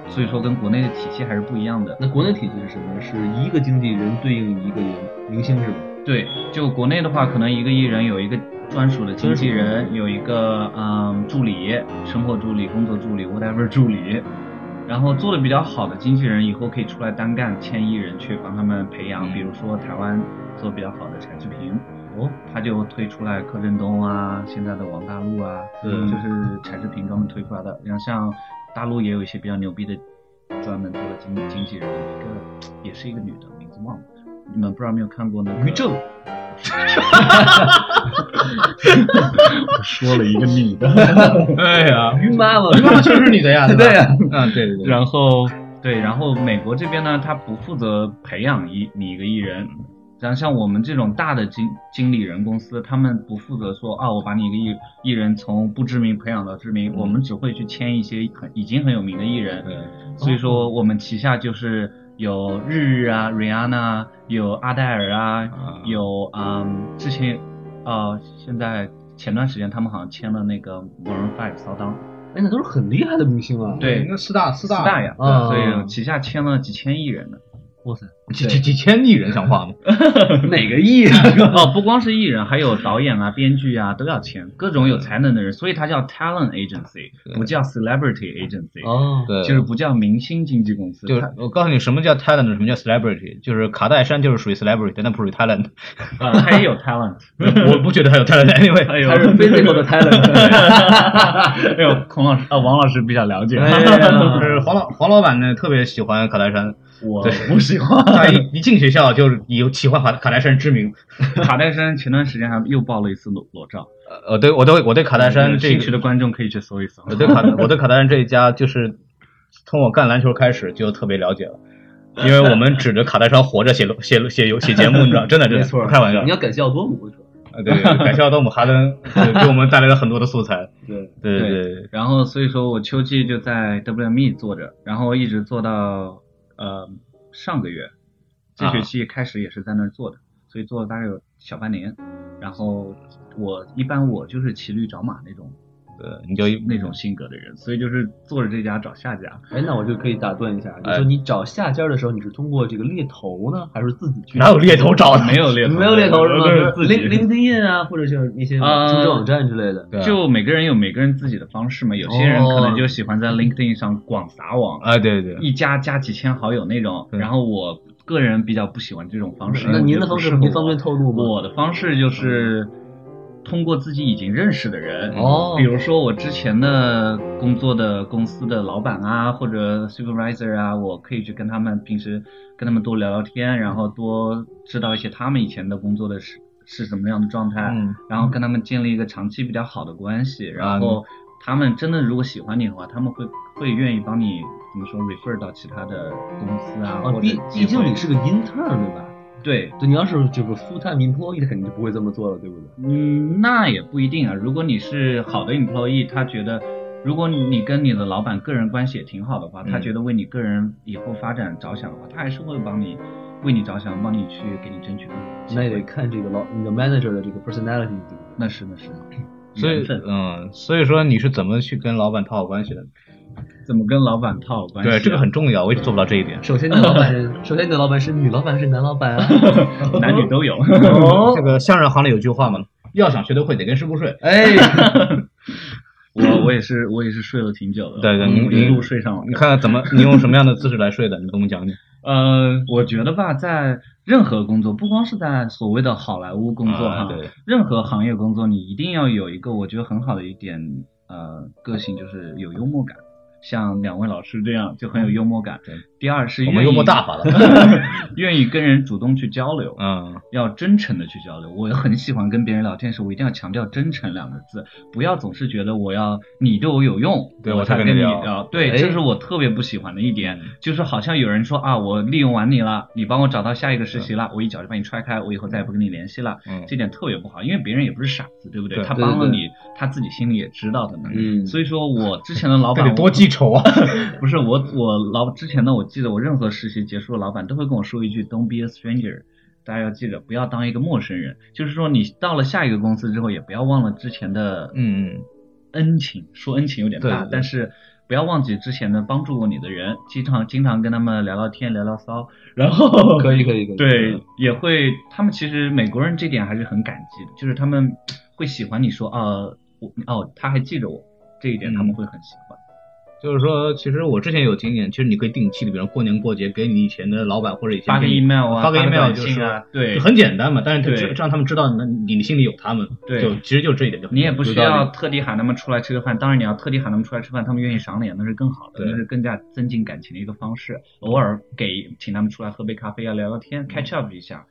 C: 所以说跟国内的体系还是不一样的。
B: 那国内体系是什么？是一个经纪人对应一个人明星是吧？
C: 对，就国内的话，可能一个艺人有一个专属的经纪人，有一个嗯助理、生活助理、工作助理、whatever 助理。然后做的比较好的经纪人，以后可以出来单干，签艺人去帮他们培养。
A: 嗯
C: 比如说台湾做比较好的柴智屏，
B: 哦，
C: 他就推出来柯震东啊，现在的王大陆啊，
A: 嗯
C: 就是柴智屏专门推出来的。然后像大陆也有一些比较牛逼的，专门做的经经纪人，有一个也是一个女的，名字忘了。你们不知道有没有看过那个
B: 于正，
C: 我说了一个女的，
A: 对呀，
B: 于妈妈，
A: 那确实是你的呀，
B: 对
A: 呀
B: 呀，
A: 嗯，对对对。
C: 然后对，然后美国这边呢，他不负责培养一你一个艺人，然后像我们这种大的经经理人公司，他们不负责说啊，我把你一个艺艺人从不知名培养到知名，
A: 嗯
C: 我们只会去签一些很已经很有名的艺人，
A: 对
C: 所以说我们旗下就是有日日啊、Rihanna，啊有阿黛尔啊，
A: 啊
C: 有嗯之前呃现在前段时间他们好像签了那个 Maroon Five 骚当。
B: 哎，那都是很厉害的明星啊。
C: 对
A: 那四大四大哦
C: 四大呀，
B: 啊
C: 所以旗下签了几千亿人呢。
B: 哇塞，
A: 几几几千亿人像话吗？
B: 哪个艺 啊？
C: 哦，不光是艺人，还有导演啊、编剧啊都要签，各种有才能的人，所以它叫 talent agency，
A: 对
C: 不叫 celebrity agency，
B: 哦，
A: 对，
C: 就是不叫明星经纪公司。
A: 就是
C: 它
A: 我告诉你什么叫 talent，什么叫 celebrity，就是卡戴珊就是属于 celebrity，但不属于 talent。
C: 呃，它也有 talent，
A: 我不觉得他有 talent anyway。
C: 还有
B: 他是 physical 的 talent。
C: 哎呦，孔老师啊，王老师比较了解。
B: 哎
A: 就
B: 呀，
A: 是黄老黄老板呢，特别喜欢卡戴 珊，
C: 我
A: 对
C: 不喜欢
A: 他一一进学校就是以喜欢卡卡戴珊之名。
C: 卡戴珊，前段时间还又爆了一次裸裸照。
A: 呃，对我对我对卡戴珊
C: 有
A: 这
C: 兴趣
A: 个，
C: 的观众可以去搜一搜。
A: 嗯我对卡我对卡戴珊这一家，就是从我干篮球开始就特别了解了，因为我们指着卡戴珊活着写写写游写节目，你知道，真的真的
B: 没错，
A: 不开玩笑
B: 你。要感谢奥多姆，主要是
A: 啊，对，感谢奥多姆哈登对给我们带来了很多的素材。
B: 对，
A: 对
C: 对
A: 对，
C: 然后所以说我秋季就在 WME 做着，然后一直做到呃上个月，这学期开始也是在那儿做的，所以做了大概有小半年。然后我一般我就是骑驴找马那种，
A: 个
C: 你
A: 你就
C: 那种性格的人，所以就是做着这家找下家。
B: 哎，那我就可以打断一下，就
A: 哎
B: 说你找下家的时候，你是通过这个猎头呢，还是自己去？
A: 哪有猎头找的？
C: 没有猎头，
B: 没有猎头是吗？
C: 都是自己
B: 零零 i n 啊，或者是一些
C: 啊
B: 求职网站之类的。
A: 对啊
C: 就每个人有每个人自己的方式嘛，有些人可
B: 哦
C: 能就喜欢在 LinkedIn 上广撒网，
A: 啊，对对，
C: 一加加几千好友那种。
A: 对
C: 然后我个人比较不喜欢这种方式。
B: 那您的方式，
C: 式
B: 您方便透露吗？
C: 我的方式就是通过自己已经认识的人，
B: 哦
C: 比如说我之前的工作的公司的老板啊，或者 supervisor 啊，我可以去跟他们平时跟他们多聊聊天，然后多知道一些他们以前的工作的是是什么样的状态。
A: 嗯，
C: 然后跟他们建立一个长期比较好的关系，
B: 嗯
C: 然后他们真的如果喜欢你的话，他们会会愿意帮你怎么说 refer 到其他的公司啊，
B: 啊，
C: 或者
B: 毕
C: 机
B: 毕竟
C: 会
B: 你是个 intern 对吧？
C: 对，
B: 对，你要是就是 full time employee，肯定就不会这么做了，对不对？
C: 嗯，那也不一定啊。如果你是好的 employee，他觉得如果你跟你的老板个人关系也挺好的话，他
A: 嗯
C: 觉得为你个人以后发展着想的话，他还是会帮你为你着想，帮你去给你争取更好的机
B: 那也得
C: 会。
B: 看这个老你的 manager 的这个 personality，对不对？
C: 那是那是，
A: 所
C: 缘
A: 以
C: 分
A: 嗯，所以说你是怎么去跟老板讨好关系的？
C: 怎么跟老板套关系啊？
A: 对，这个很重要，我一直做不到这一点。
B: 首先你的老板，首先你的老板是女老板还是男老板啊？
C: 男女都有。
B: 哦
A: 这个相声行里有句话嘛，要想学得会，得跟师傅睡。
B: 哎，
C: 我我也是我也是睡了挺久的，
A: 对对
C: 我
A: 您
C: 一路
A: 您
C: 睡上来
A: 你。看看怎么，你用什么样的姿势来睡的？你跟我们讲讲。
C: 呃，我觉得吧，在任何工作，不光是在所谓的好莱坞工作
A: 啊
C: 哈，
A: 对
C: 任何行业工作，你一定要有一个我觉得很好的一点呃个性，就是有幽默感。像两位老师这样就很有幽默感。
A: 嗯对
C: 第二是
A: 我
C: 愿
A: 们
C: 意
A: 幽默大发了，
C: 愿意跟人主动去交流，
A: 嗯，
C: 要真诚的去交流。我很喜欢跟别人聊天时，我一定要强调“真诚”两个字，不要总是觉得我要你对我有用，
A: 对
C: 我
A: 我才
C: 跟
A: 跟你
C: 你
A: 聊
C: 聊。对，
B: 哎
C: 这是我特别不喜欢的一点，就是好像有人说啊，我利用完你了，你帮我找到下一个实习了，我一脚就把你踹开，我以后再也不跟你联系了。
A: 嗯
C: 这点特别不好，因为别人也不是傻子，对不对？
A: 对
C: 他
B: 对
C: 帮了
B: 对
C: 你，他自己心里也知道的呢。
B: 嗯
C: 所以说我之前的老
A: 这
C: 板
A: 得多
C: 我
A: 记仇啊！
C: 不是我，我老之前呢，我记得我任何实习结束的老板都会跟我说一句 “Don't be a stranger”，大家要记着，不要当一个陌生人。就是说，你到了下一个公司之后，也不要忘了之前的
A: 嗯嗯，
C: 恩情。说恩情有点大，
A: 对对对
C: 但是不要忘记之前的帮助过你的人，经常经常跟他们聊聊天、聊聊骚，然后
B: 可以可以可以。
C: 对，也会，他们其实美国人这点还是很感激的，就是他们会喜欢你说啊，我哦，他还记着我这一点，
A: 嗯
C: 他们会很喜欢。
A: 就是说，其实我之前有经验，其实你可以定期的，比如过年过节给你以前的老板或者以前
C: 发
A: 给
C: 个
A: 你
C: email 啊，
A: 发个
C: 个
A: email
C: 短
A: 就
C: 信
A: 是
C: 啊，对，
A: 就很简单嘛，但是他
C: 对
A: 知让他们知道你你心里有他们，
C: 对
A: 就其实就这一点就很
C: 你也不需要
A: 有道
C: 特地喊他们出来吃个饭，当然你要特地喊他们出来吃饭，他们愿意赏脸，那是更好的，
A: 对
C: 那是更加增进感情的一个方式。偶尔给请他们出来喝杯咖啡啊，聊聊天，catch up 一下，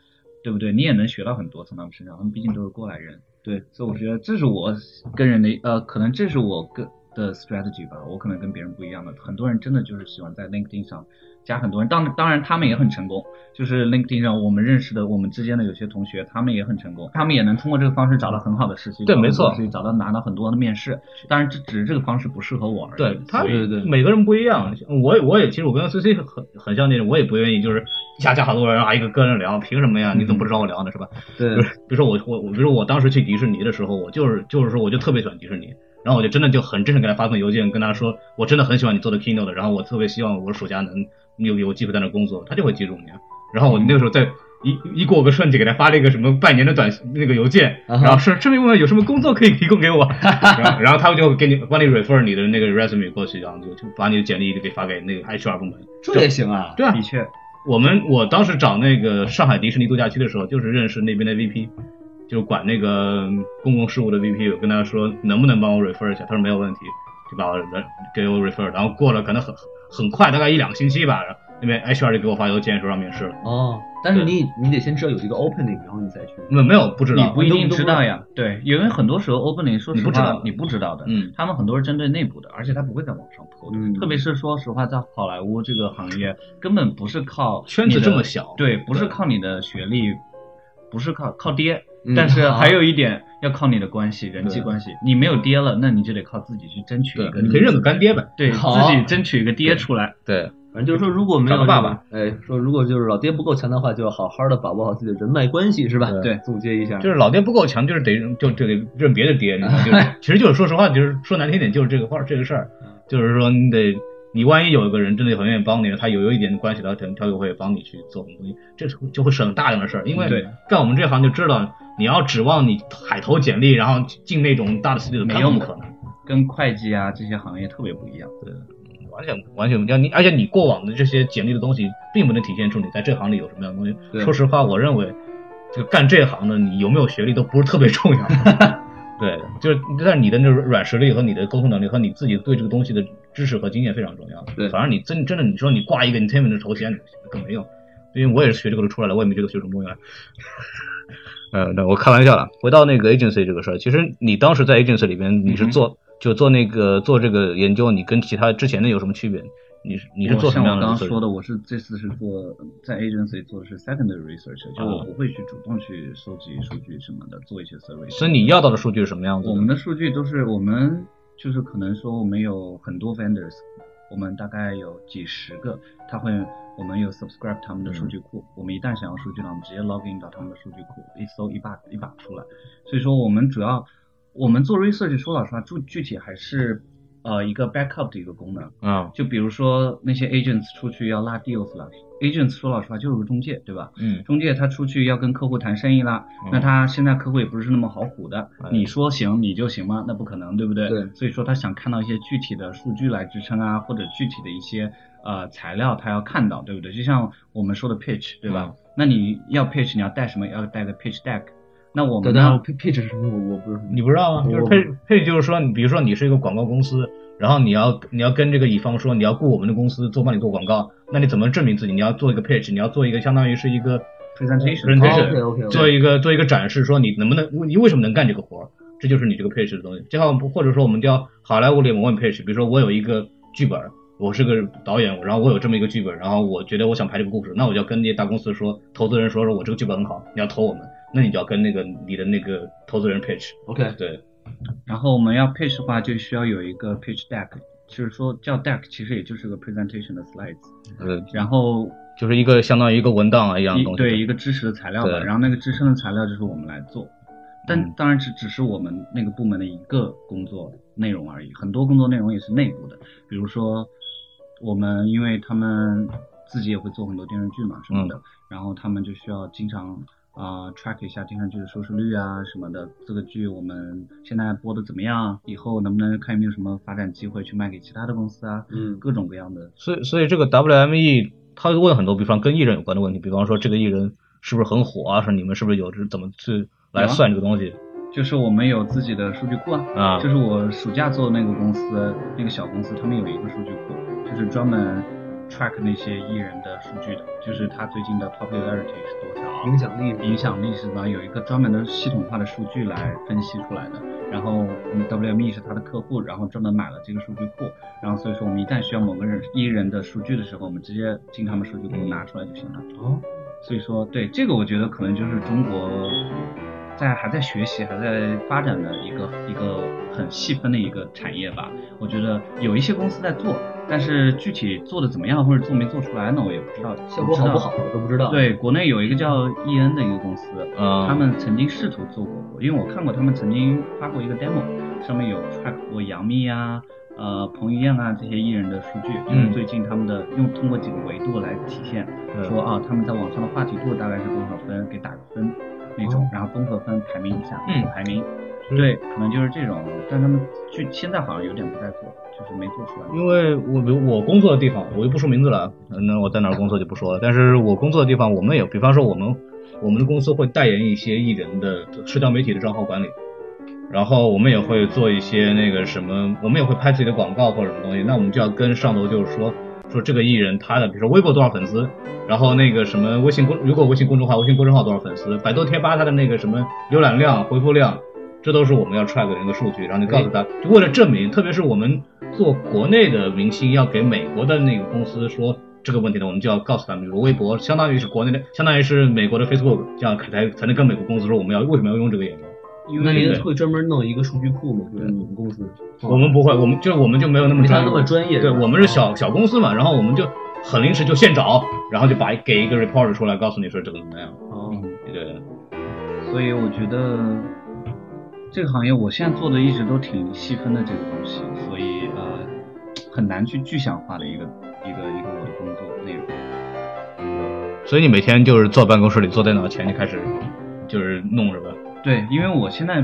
C: 对不对？你也能学到很多从他们身上，他们毕竟都是过来人。
B: 对，
C: 所以我觉得这是我跟人的呃，可能这是我跟的 strategy 吧，我可能跟别人不一样的。很多人真的就是喜欢在 LinkedIn 上加很多人，当当然他们也很成功，就是 LinkedIn 上我们认识的我们之间的有些同学，他们也很成功，他们也能通过这个方式找到很好的实习，
A: 对
C: 找到
A: 没错
C: 很多实习找到拿到很多的面试。当然这只是这个方式不适合我而已。
A: 理。对他
C: 所以
B: 对对
A: 每个人不一样，我也我也其实我跟 C C 很很像那种，我也不愿意就是一下加好多人啊，一个跟人聊，凭什么
C: 嗯
A: 呀？你怎么不找我聊呢？是吧？比
B: 对
A: 如，比如说我我我，比如说我当时去迪士尼的时候，我就是就是说我就特别喜欢迪士尼，然后我就真的就很真诚给他发封邮件，跟他说我真的很喜欢你做的 keynote，然后我特别希望我暑假能有有机会在那儿工作，他就会记住你啊。然后我那个时候再一一过个春节给他发了一个什么拜年的短信那个邮件，
B: 啊
C: 嗯
B: 哈
A: 然后顺顺便问问有什么工作可以提供 给我，然后然后他就给你帮你 refer 你的那个 resume 过去，然后就就把你的简历就给发给那个 HR 部门。
B: 这也行啊。
A: 对啊
C: 的，确，
A: 我们我当时找那个上海迪士尼度假区的时候，就是认识那边的 VP，就是管那个公共事务的 VP，我跟他说能不能帮我 refer 一下，他说没有问题，就把我人给我 refer，然后过了可能很很快，大概一两个星期吧，然后那边 HR 就给我发邮件说让面试了，
B: 哦，但是你你得先知道有这个 opening，然后你再去。
A: 没没有不知
C: 你
A: 道，
C: 不一定知道呀。对，因为很多时候 opening 说实
A: 你不知
C: 话
A: 道
C: 你不知道的，
A: 嗯
C: 他们很多是针对内部的，而且他不会在网上 p 的。
B: 嗯
C: 特别是说实话，在好莱坞这个行业，根本不是靠
A: 圈子
C: 你
A: 这
C: 的
A: 么小
C: 对，不是
A: 对
C: 靠你的学历，不是靠靠爹
B: 嗯，
C: 但是
B: 好
C: 还有一点要靠你的关系，人际
A: 对
C: 关系。你没有爹了，那你就得靠自己去争取一
A: 对
C: 个，
A: 你可以认个干爹呗，
C: 对
B: 好
C: 自己争取一个爹出来。
A: 对，
B: 反正就是说，如果没
A: 找
B: 有
A: 个爸爸，
B: 哎，说如果就是老爹不够强的话，就要好好的把握好自己的人脉关系，是吧？
A: 对，
B: 总结一下，
A: 就是老爹不够强，就是得就就得认别的爹，你知道吗 就是其实就是说实话，就是说难听点，就是这个话这个事儿，
C: 嗯
A: 就是说你得你万一有一个人真的很愿意帮你，他有有一点关系，他可能他就会帮你去做很多东西，这就会省大量的事儿，因为
C: 嗯对
A: 干我们这行就知道，你要指望你海投简历，然后进那种大的 studio
C: 没
A: 根
C: 用
A: 本
C: 的
A: 不可能，
C: 跟会计啊这些行业特别不一样。对，
A: 完全完全要你，而且你过往的这些简历的东西，并不能体现出你在这行里有什么样的东西。
C: 对
A: 说实话，我认为，就干这行的，你有没有学历都不是特别重要。对，就是但是你的那种软实力和你的沟通能力和你自己对这个东西的知识和经验非常重要。
C: 对
A: 反正你真真的你说你挂一个 entertainment 的头衔更没用，因为我也是学这个的出来的，我也没觉得学什么东西 来。呃，那我开玩笑了。回到那个 agency 这个事儿，其实你当时在 agency 里边，你是做、就做那个做这个研究，你跟其他之前的有什么区别？你是你是做什么样
C: 我
A: 的
C: 像我刚
A: research？
C: 刚说的，我是这次是做在 agency 做的是 secondary research，就
A: 哦
C: 我不会去主动去收集数据什么的，做一些 survey。
A: 所以你要到的数据是什么样子
C: 我们的数据都是我们就是可能说我们有很多 vendors，我们大概有几十个，他会我们有 subscribe 他们的数据
A: 嗯
C: 库，我们一旦想要数据了，我们直接 login 到他们的数据库，一搜一把一把出来。所以说我们主要我们做 research 说老实话，具具体还是呃一个 backup 的一个功能。
A: 啊，
C: 就比如说那些 agents 出去要拉 deals 了，agents 说老实话就是个中介，对吧？
A: 嗯
C: 中介他出去要跟客户谈生意啦，
A: 嗯
C: 那他现在客户也不是那么好唬的，
A: 哎
C: 你说行你就行吗？那不可能，对不对？
B: 对
C: 所以说他想看到一些具体的数据来支撑啊，或者具体的一些呃材料他要看到，对不对？就像我们说的 pitch，对吧？
A: 嗯
C: 那你要 pitch 你要带什么？要带个 pitch deck。那我
B: 对，
C: 们
B: 但
C: 呢？
B: 配配置是什么？我我不是很
A: 你不知道吗？就是
B: 我
A: 配配就是说，你比如说你是一个广告公司，然后你要你要跟这个乙方说你要雇我们的公司做帮你做广告，那你怎么证明自己？你要做一个 pitch，你要做一个相当于是一个
C: Presentation 哦
A: presentation，
B: OK OK，
A: 做一个做一个展示，说你能不能你为什么能干这个活儿，这就是你这个 pitch 的东西。就像或者说我们叫好莱坞里我问 pitch，比如说我有一个剧本，我是个导演，然后我有这么一个剧本，然后我觉得我想拍这个故事，那我就要跟那些大公司说，投资人说说我这个剧本很好，你要投我们，那你就要跟那个你的那个投资人 pitch，
B: OK，
A: 对。
C: 然后我们要 pitch 的话，就需要有一个 pitch deck，就是说叫 deck，其实也就是个 presentation 的 slides。
A: 呃，
C: 然后
A: 就是一个相当于一个文档啊一样的
C: 一
A: 东西。
C: 对一个支持的材料吧，
A: 对
C: 然后那个支撑的材料就是我们来做，
A: 嗯
C: 但当然只只是我们那个部门的一个工作内容而已，很多工作内容也是内部的，比如说我们因为他们自己也会做很多电视剧嘛什么
A: 嗯
C: 的，然后他们就需要经常啊、track 一下电视剧的收视率啊什么的，这个剧我们现在播的怎么样，以后能不能看有没有什么发展机会去卖给其他的公司啊，
B: 嗯
C: 各种各样的
A: 所以所以这个 WME 他会问很多，比方跟艺人有关的问题，比方说这个艺人是不是很火啊，说你们是不是有这怎么去来
C: 啊
A: 算这个东西
C: 就是我们有自己的数据库啊，
A: 啊？
C: 就是我暑假做的那个公司，那个小公司，他们有一个数据库，就是专门 track 那些艺人的数据的，就是他最近的 popularity 是多
B: 影
C: 少，
B: 响力
C: 影响力是吧？有一个专门的系统化的数据来分析出来的。然后我们 WME 是他的客户，然后专门买了这个数据库，然后所以说我们一旦需要某个人艺人的数据的时候，我们直接进他们数据库拿出来就行了。
B: 哦，
C: 所以说，对这个我觉得可能就是中国在还在学习、还在发展的一个一个很细分的一个产业吧。我觉得有一些公司在做，但是具体做的怎么样或者做没做出来呢，我也不知道。
B: 效果好不好
C: 知
B: 我都不知
A: 嗯
B: 道。
C: 道？，对，国内有一个叫易恩的一个公司，
A: 啊，
C: 他们曾经试图做过，因为我看过他们曾经发过一个 demo，上面有 track 过杨幂啊、呃彭于晏啊这些艺人的数据，就是
A: 嗯
C: 最近他们的用通过几个维度来体现，
A: 对
C: 说啊他们在网上的话题度大概是多少分，给打个分那种
B: 哦，
C: 然后综合分排名一下，
A: 嗯
C: 排名，对，可能就是这种，但他们就现在好像有点不太做，就是没做出来。
A: 因为我比如我工作的地方，我就不说名字了，呃那我在哪儿工作就不说了。但是我工作的地方，我们有，比方说我们我们的公司会代言一些艺人的社交媒体的账号管理，然后我们也会做一些那个什么，我们也会拍自己的广告或者什么东西。那我们就要跟上头就是说说这个艺人他的，比如说微博多少粉丝，然后那个什么微信公，如果微信公众号、微信公众号多少粉丝，百度贴吧它的那个什么浏览量、回复量，这都是我们要 track 的那个数据，然后你告诉他，就为了证明，特别是我们做国内的明星要给美国的那个公司说这个问题呢，我们就要告诉他们，比如微博相当于是国内的，相当于是美国的 Facebook，这样才才能跟美国公司说我们要为什么要用这个演员。
C: 因
B: 那
C: 为
B: 您会专门弄一个数据库吗？就是你们公司？
A: 嗯我们不会，我们就我们就没有那么
B: 没他
A: 专业，哦
B: 那么专业。
A: 对我们是小小公司嘛，然后我们就很临时就现找，然后就把给一个 report 出来，告诉你说这个怎么样。
B: 哦，
C: 嗯，
A: 对，
C: 所以我觉得这个行业我现在做的一直都挺细分的这个东西，所以呃很难去具象化的一个一个一个我的工作内容。
A: 所以你每天就是坐办公室里坐电脑前就开始就是弄是吧？
C: 对，因为我现在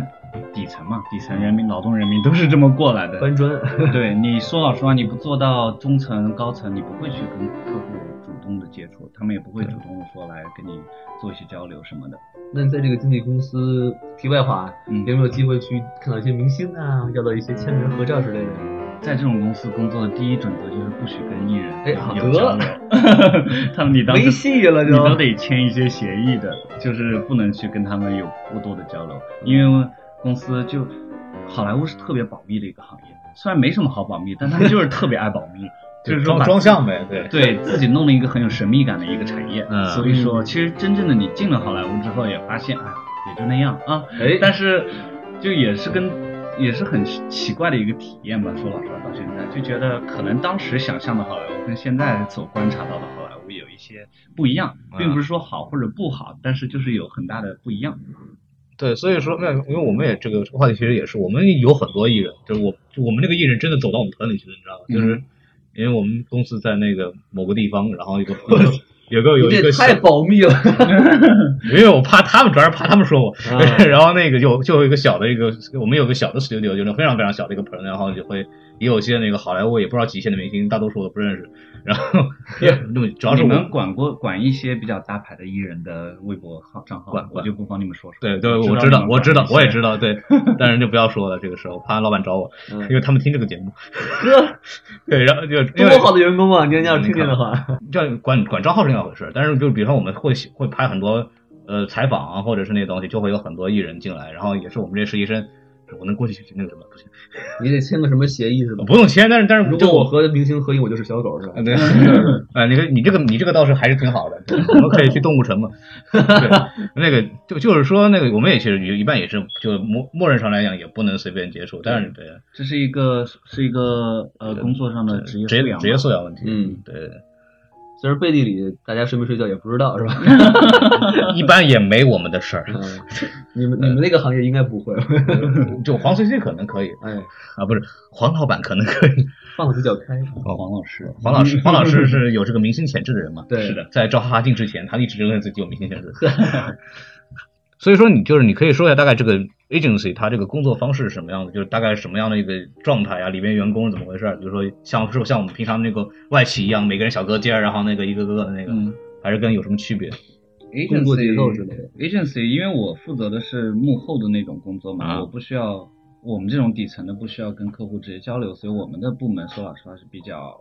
C: 底层嘛，底层人民、劳动人民都是这么过来的。
B: 搬砖，
C: 对，你说老实话，你不做到中层、高层，你不会去跟客户主动的接触，他们也不会主动的说来跟你做一些交流什么的。
B: 那你在这个经纪公司，题外话，
C: 嗯
B: 有没有机会去看到一些明星啊，要到一些签名合照之类的？
C: 在这种公司工作的第一准则就是不许跟艺人
B: 哎
C: 有
B: 好
C: 有
B: 得
C: 交流， 他们你当
B: 没
C: 时
B: 戏了就
C: 你都得签一些协议的，就是不能去跟他们有过多的交流，因为公司就好莱坞是特别保密的一个行业，虽然没什么好保密，但他们就是特别爱保 密，就是说
A: 装
C: 把
A: 装像呗，对。
C: 对自己弄了一个很有神秘感的一个产业，
A: 嗯
C: 所以说其实真正的你进了好莱坞之后，也发现哎也就那样啊，
B: 哎，
C: 但是就也是跟也是很奇怪的一个体验吧。说老实话，到现在就觉得可能当时想象的好莱坞跟现在所观察到的好莱坞有一些不一样，
A: 嗯
C: 并不是说好或者不好，但是就是有很大的不一样。
A: 对，所以说，那因为我们也这个这个话题其实也是，我们有很多艺人，就是我就我们这个艺人真的走到我们团里去了，你知道吗？就是因为我们公司在那个某个地方，然 后有个有个有
B: 你
A: 一
B: 这
A: 个
B: 太
A: 小
B: 保密了。
A: 因为我怕他们，主要是怕他们说我。
B: 啊
A: 然后那个就就有一个小的一个，我们有个小的 studio，就是非常非常小的一个棚，然后就会也有些那个好莱坞也不知道几线的明星，大多数我都不认识。然后 也主要是
C: 你
A: 我
C: 们管过管一些比较大牌的艺人的微博号账号，
A: 管管
C: 我就不帮你们说出来。
A: 对对，我
C: 知
A: 知
C: 道你
A: 道
C: 们，
A: 我知道
C: 管，一些
A: 我也知道，对，但是就不要说了，这个时候怕老板找我，
B: 嗯
A: 因为他们听这个节目。 对，然后就因为
B: 多好的员工啊！你要是听见的话，
A: 就管管账号是另外回事，但是就比如说我们会会拍很多呃采访啊，或者是那些东西，就会有很多艺人进来，然后也是我们这实习生，我能过去那个什么不行，
B: 你得签个什么协议是吧？
A: 不用签，但是但是
B: 如
A: 就
B: 果我和明星合影，我就是小狗是吧
A: 啊？对，
C: 嗯
A: 啊，你个你这个你这个倒是还是挺好的，对我们可以去动物城嘛。 对，那个就就是说那个我们也其实一半也是就默默认上来讲也不能随便接触，但是对
C: 这是一个是一个呃工作上的职业
A: 职
C: 素
A: 业
C: 养吧
A: 职业素养问题，
B: 嗯，
A: 对，
B: 虽然背地里大家睡没睡觉也不知道是 吧？
A: 一般也没我们的事儿。
B: 嗯 你们你们那个行业应该 不会，
A: 就黄随随可能可以
B: 哎，
A: 啊，不是黄老板可能可以，
B: 放嘴脚开。
C: 黄老师，
A: 黄老 师，黄老师是有这个明星潜质的人嘛？
B: 对
A: 是的，在赵哈哈镜之前，他一直认为自己有明星 潜质。所以说，你就是你可以说一下大概这个 agency 它这个工作方式是什么样的，就是大概什么样的一个状态啊，里面员工是怎么回事儿？比如说像是不像我们平常那个外企一样，每个人小隔间儿，然后那个一个个的那个，
C: 嗯，
A: 还是跟有什么区别？
B: 工作节奏之类的
C: Agency，因为我负责的是幕后的那种工作嘛，
A: 啊
C: 我不需要我们这种底层的不需要跟客户直接交流，所以我们的部门说老实话是比较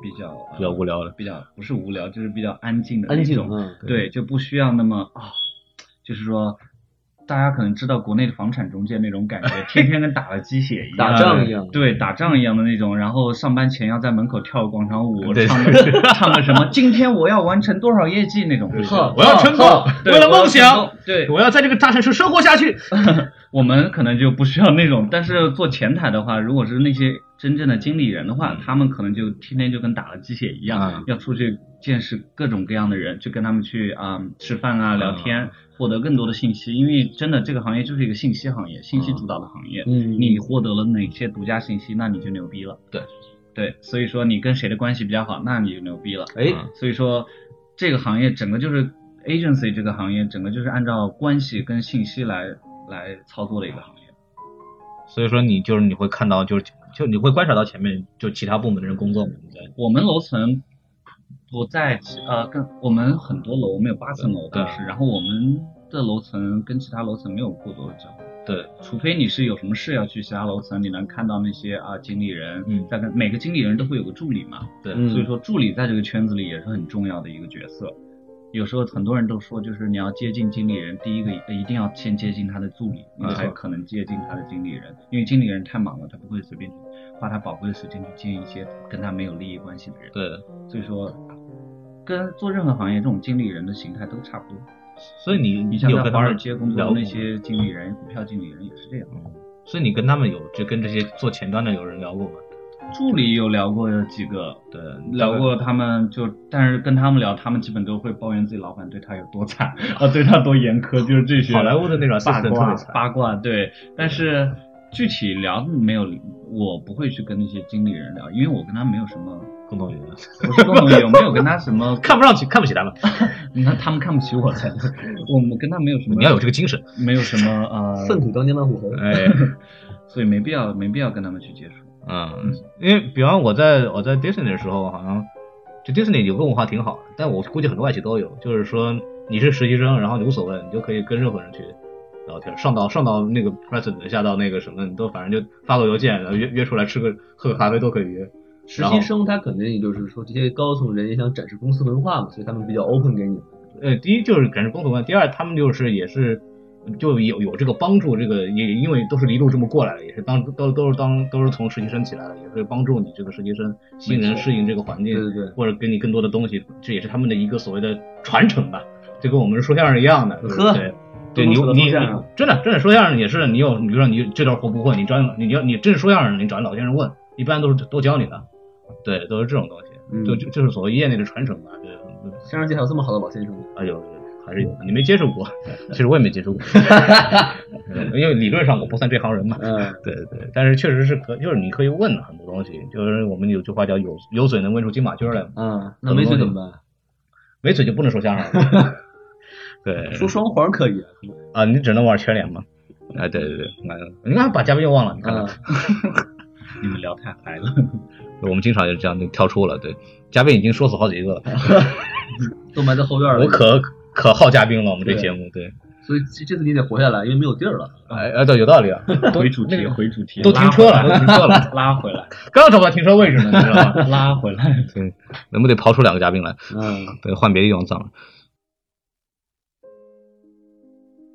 C: 比较、呃
A: 比较无聊的
C: 比较不是无聊，就是比较安静的那
B: 安静
C: 种
B: 啊，
C: 对，就不需要那么啊，就是说。大家可能知道国内的房产中介那种感觉，天天跟打了鸡血一样，
B: 打仗一样
C: 对，打仗一样的那种。然后上班前要在门口跳广场舞，
A: 对
C: 唱个唱个什么，今天我要完成多少业绩那种。不行
B: 好
A: 我要成功
B: 好，
C: 对
A: 为了
C: 我要
A: 梦想
C: 成功，对
A: 我要在这个大城市生活下去。
C: 我们可能就不需要那种，但是做前台的话，如果是那些真正的经理人的话，他们可能就天天就跟打了鸡血一样，
A: 嗯
C: 要出去见识各种各样的人，去跟他们去啊、吃饭啊、聊天，获得更多的信息。因为真的这个行业就是一个信息行业，信息主导的行业，
B: 嗯，
C: 你获得了哪些独家信息，那你就牛逼了。
A: 对，
C: 对，所以说你跟谁的关系比较好，那你就牛逼了。
B: 哎，
A: 嗯
C: 所以说这个行业整个就是 agency 这个行业整个就是按照关系跟信息来来操作的一个行业。
A: 所以说，你就是你会看到，就是就你会观察到前面就其他部门的人工作嘛？你在
C: 我们楼层不在其呃跟我们很多楼，我们有八层楼
A: 对
C: 当时，然后我们的楼层跟其他楼层没有过多的交流。
A: 对，
C: 除非你是有什么事要去其他楼层，你能看到那些啊经理人，
A: 嗯
C: 在跟每个经理人都会有个助理嘛，
A: 对
B: 嗯
C: 所以说助理在这个圈子里也是很重要的一个角色。有时候很多人都说，就是你要接近经理人，第一个一定要先接近他的助理，你
A: 没错
C: 才可能接近他的经理人，因为经理人太忙了，他不会随便去花他宝贵的时间去见一些跟他没有利益关系的人。
A: 对，
C: 所以说，跟做任何行业这种经理人的形态都差不多。
A: 所以你
C: 你
A: 你
C: 像
A: 有
C: 在
A: 跟
C: 华
A: 他
C: 尔
A: 们
C: 街工作
A: 聊
C: 的
A: 过
C: 那
A: 吗
C: 些经理人、股票经理人也是这样。
A: 所以你跟他们有就跟这些做前端的有人聊过吗？
C: 助理有聊过几个，
A: 对，
C: 聊过他们就，但是跟他们聊，他们基本都会抱怨自己老板对他有多惨， 啊，对他多严苛，就是这些
A: 好莱坞的那种
C: 八
A: assistant 特
C: 卦
A: 别惨
C: 八卦，对。但是具体聊没有，我不会去跟那些经理人聊，因为我跟他没有什么，
A: 共同语言，
C: 我是共同友，没有跟他什么，
A: 看不上去，看不起他们，
C: 你看他们看不起我才，我们跟他没有什么，
A: 你要有这个精神，
C: 没有什么 呃，
B: 粪土当年的火猴，
A: 哎。
C: 所以没必要没必要跟他们去接触。
A: 嗯，因为比方我在我在迪士尼的时候，好像就迪士尼有个文化挺好，但我估计很多外企都有，就是说你是实习生，然后你无所谓，你就可以跟任何人去聊天，上到上到那个 president，下到那个什么，你都反正就发个邮件，然后约约出来吃个喝个咖啡都可以约。
B: 实
A: 然后
B: 习生他肯定也就是说这些高层人也想展示公司文化嘛，所以他们比较 open 给你。
A: 呃，第一就是感是工作观，第二他们就是也是就有有这个帮助，这个也因为都是一路这么过来的，也是当都都是当都是从实习生起来的，也是帮助你这个实习生新人适应这个环境，
B: 对对对
A: 或者给你更多的东西，这也是他们的一个所谓的传承吧，就跟我们说相声一样的，对
B: 呵
A: 对。对
B: 都
A: 你
B: 能说得
A: 你
B: 出相声
A: 你真的真的说相声也是，你有你比如说你这段活不会，你找你你要你真是说相声，你找老先生问，一般都是都教你的，对，都是这种东西，
B: 嗯
A: 就就就是所谓业内的传承吧，对。对
B: 相声界还有这么好的老先生吗？
A: 啊，有有还是有的，你没接触过，其实我也没接触过，嗯因为理论上我不算这行人嘛。
B: 嗯，
A: 对对，但是确实是可，就是你可以问很多东西，就是我们有句话叫有有嘴能问出金马驹来嘛，
B: 啊，那没水怎么办？
A: 没嘴就不能说相声了。对，
B: 说双簧可以啊，
A: 啊，你只能玩全脸嘛。啊，对对对，那你看把嘉宾又忘了，你看看
B: 啊，
C: 你们聊太嗨了，
A: 我们经常就这样就跳出了，对，嘉宾已经说死好几个了，
B: 都埋在后院了。
A: 我可可好嘉宾了，我们这
B: 对
A: 节目对，
B: 所以这这次你得活下来，因为没有地儿了。
A: 哎哎，对，有道理啊， 都
C: 回主
A: 那
C: 题
A: 个
C: 回主题，
A: 都停车了，都停车了，
C: 拉回来，
A: 刚找不到停车位置呢，
C: 嗯
A: 你知道吗？
C: 拉回来，拉回来。
A: 对，能不得刨出两个嘉宾来？
B: 嗯，
A: 对，换别的地方葬了。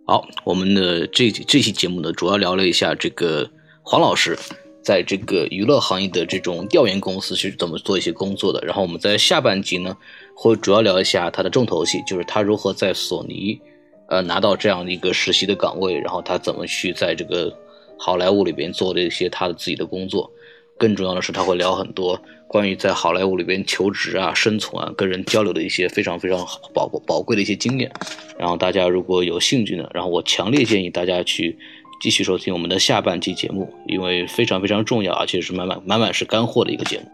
D: 好，我们的这这期节目呢，主要聊了一下这个黄老师在这个娱乐行业的这种调研公司是怎么做一些工作的。然后我们在下半集呢，会主要聊一下他的重头戏，就是他如何在索尼呃拿到这样的一个实习的岗位，然后他怎么去在这个好莱坞里边做的一些他的自己的工作。更重要的是，他会聊很多关于在好莱坞里边求职啊、生存啊、跟人交流的一些非常非常好宝宝贵的一些经验。然后大家如果有兴趣呢，然后我强烈建议大家去继续收听我们的下半期节目，因为非常非常重要，而且是满满满满是干货的一个节目。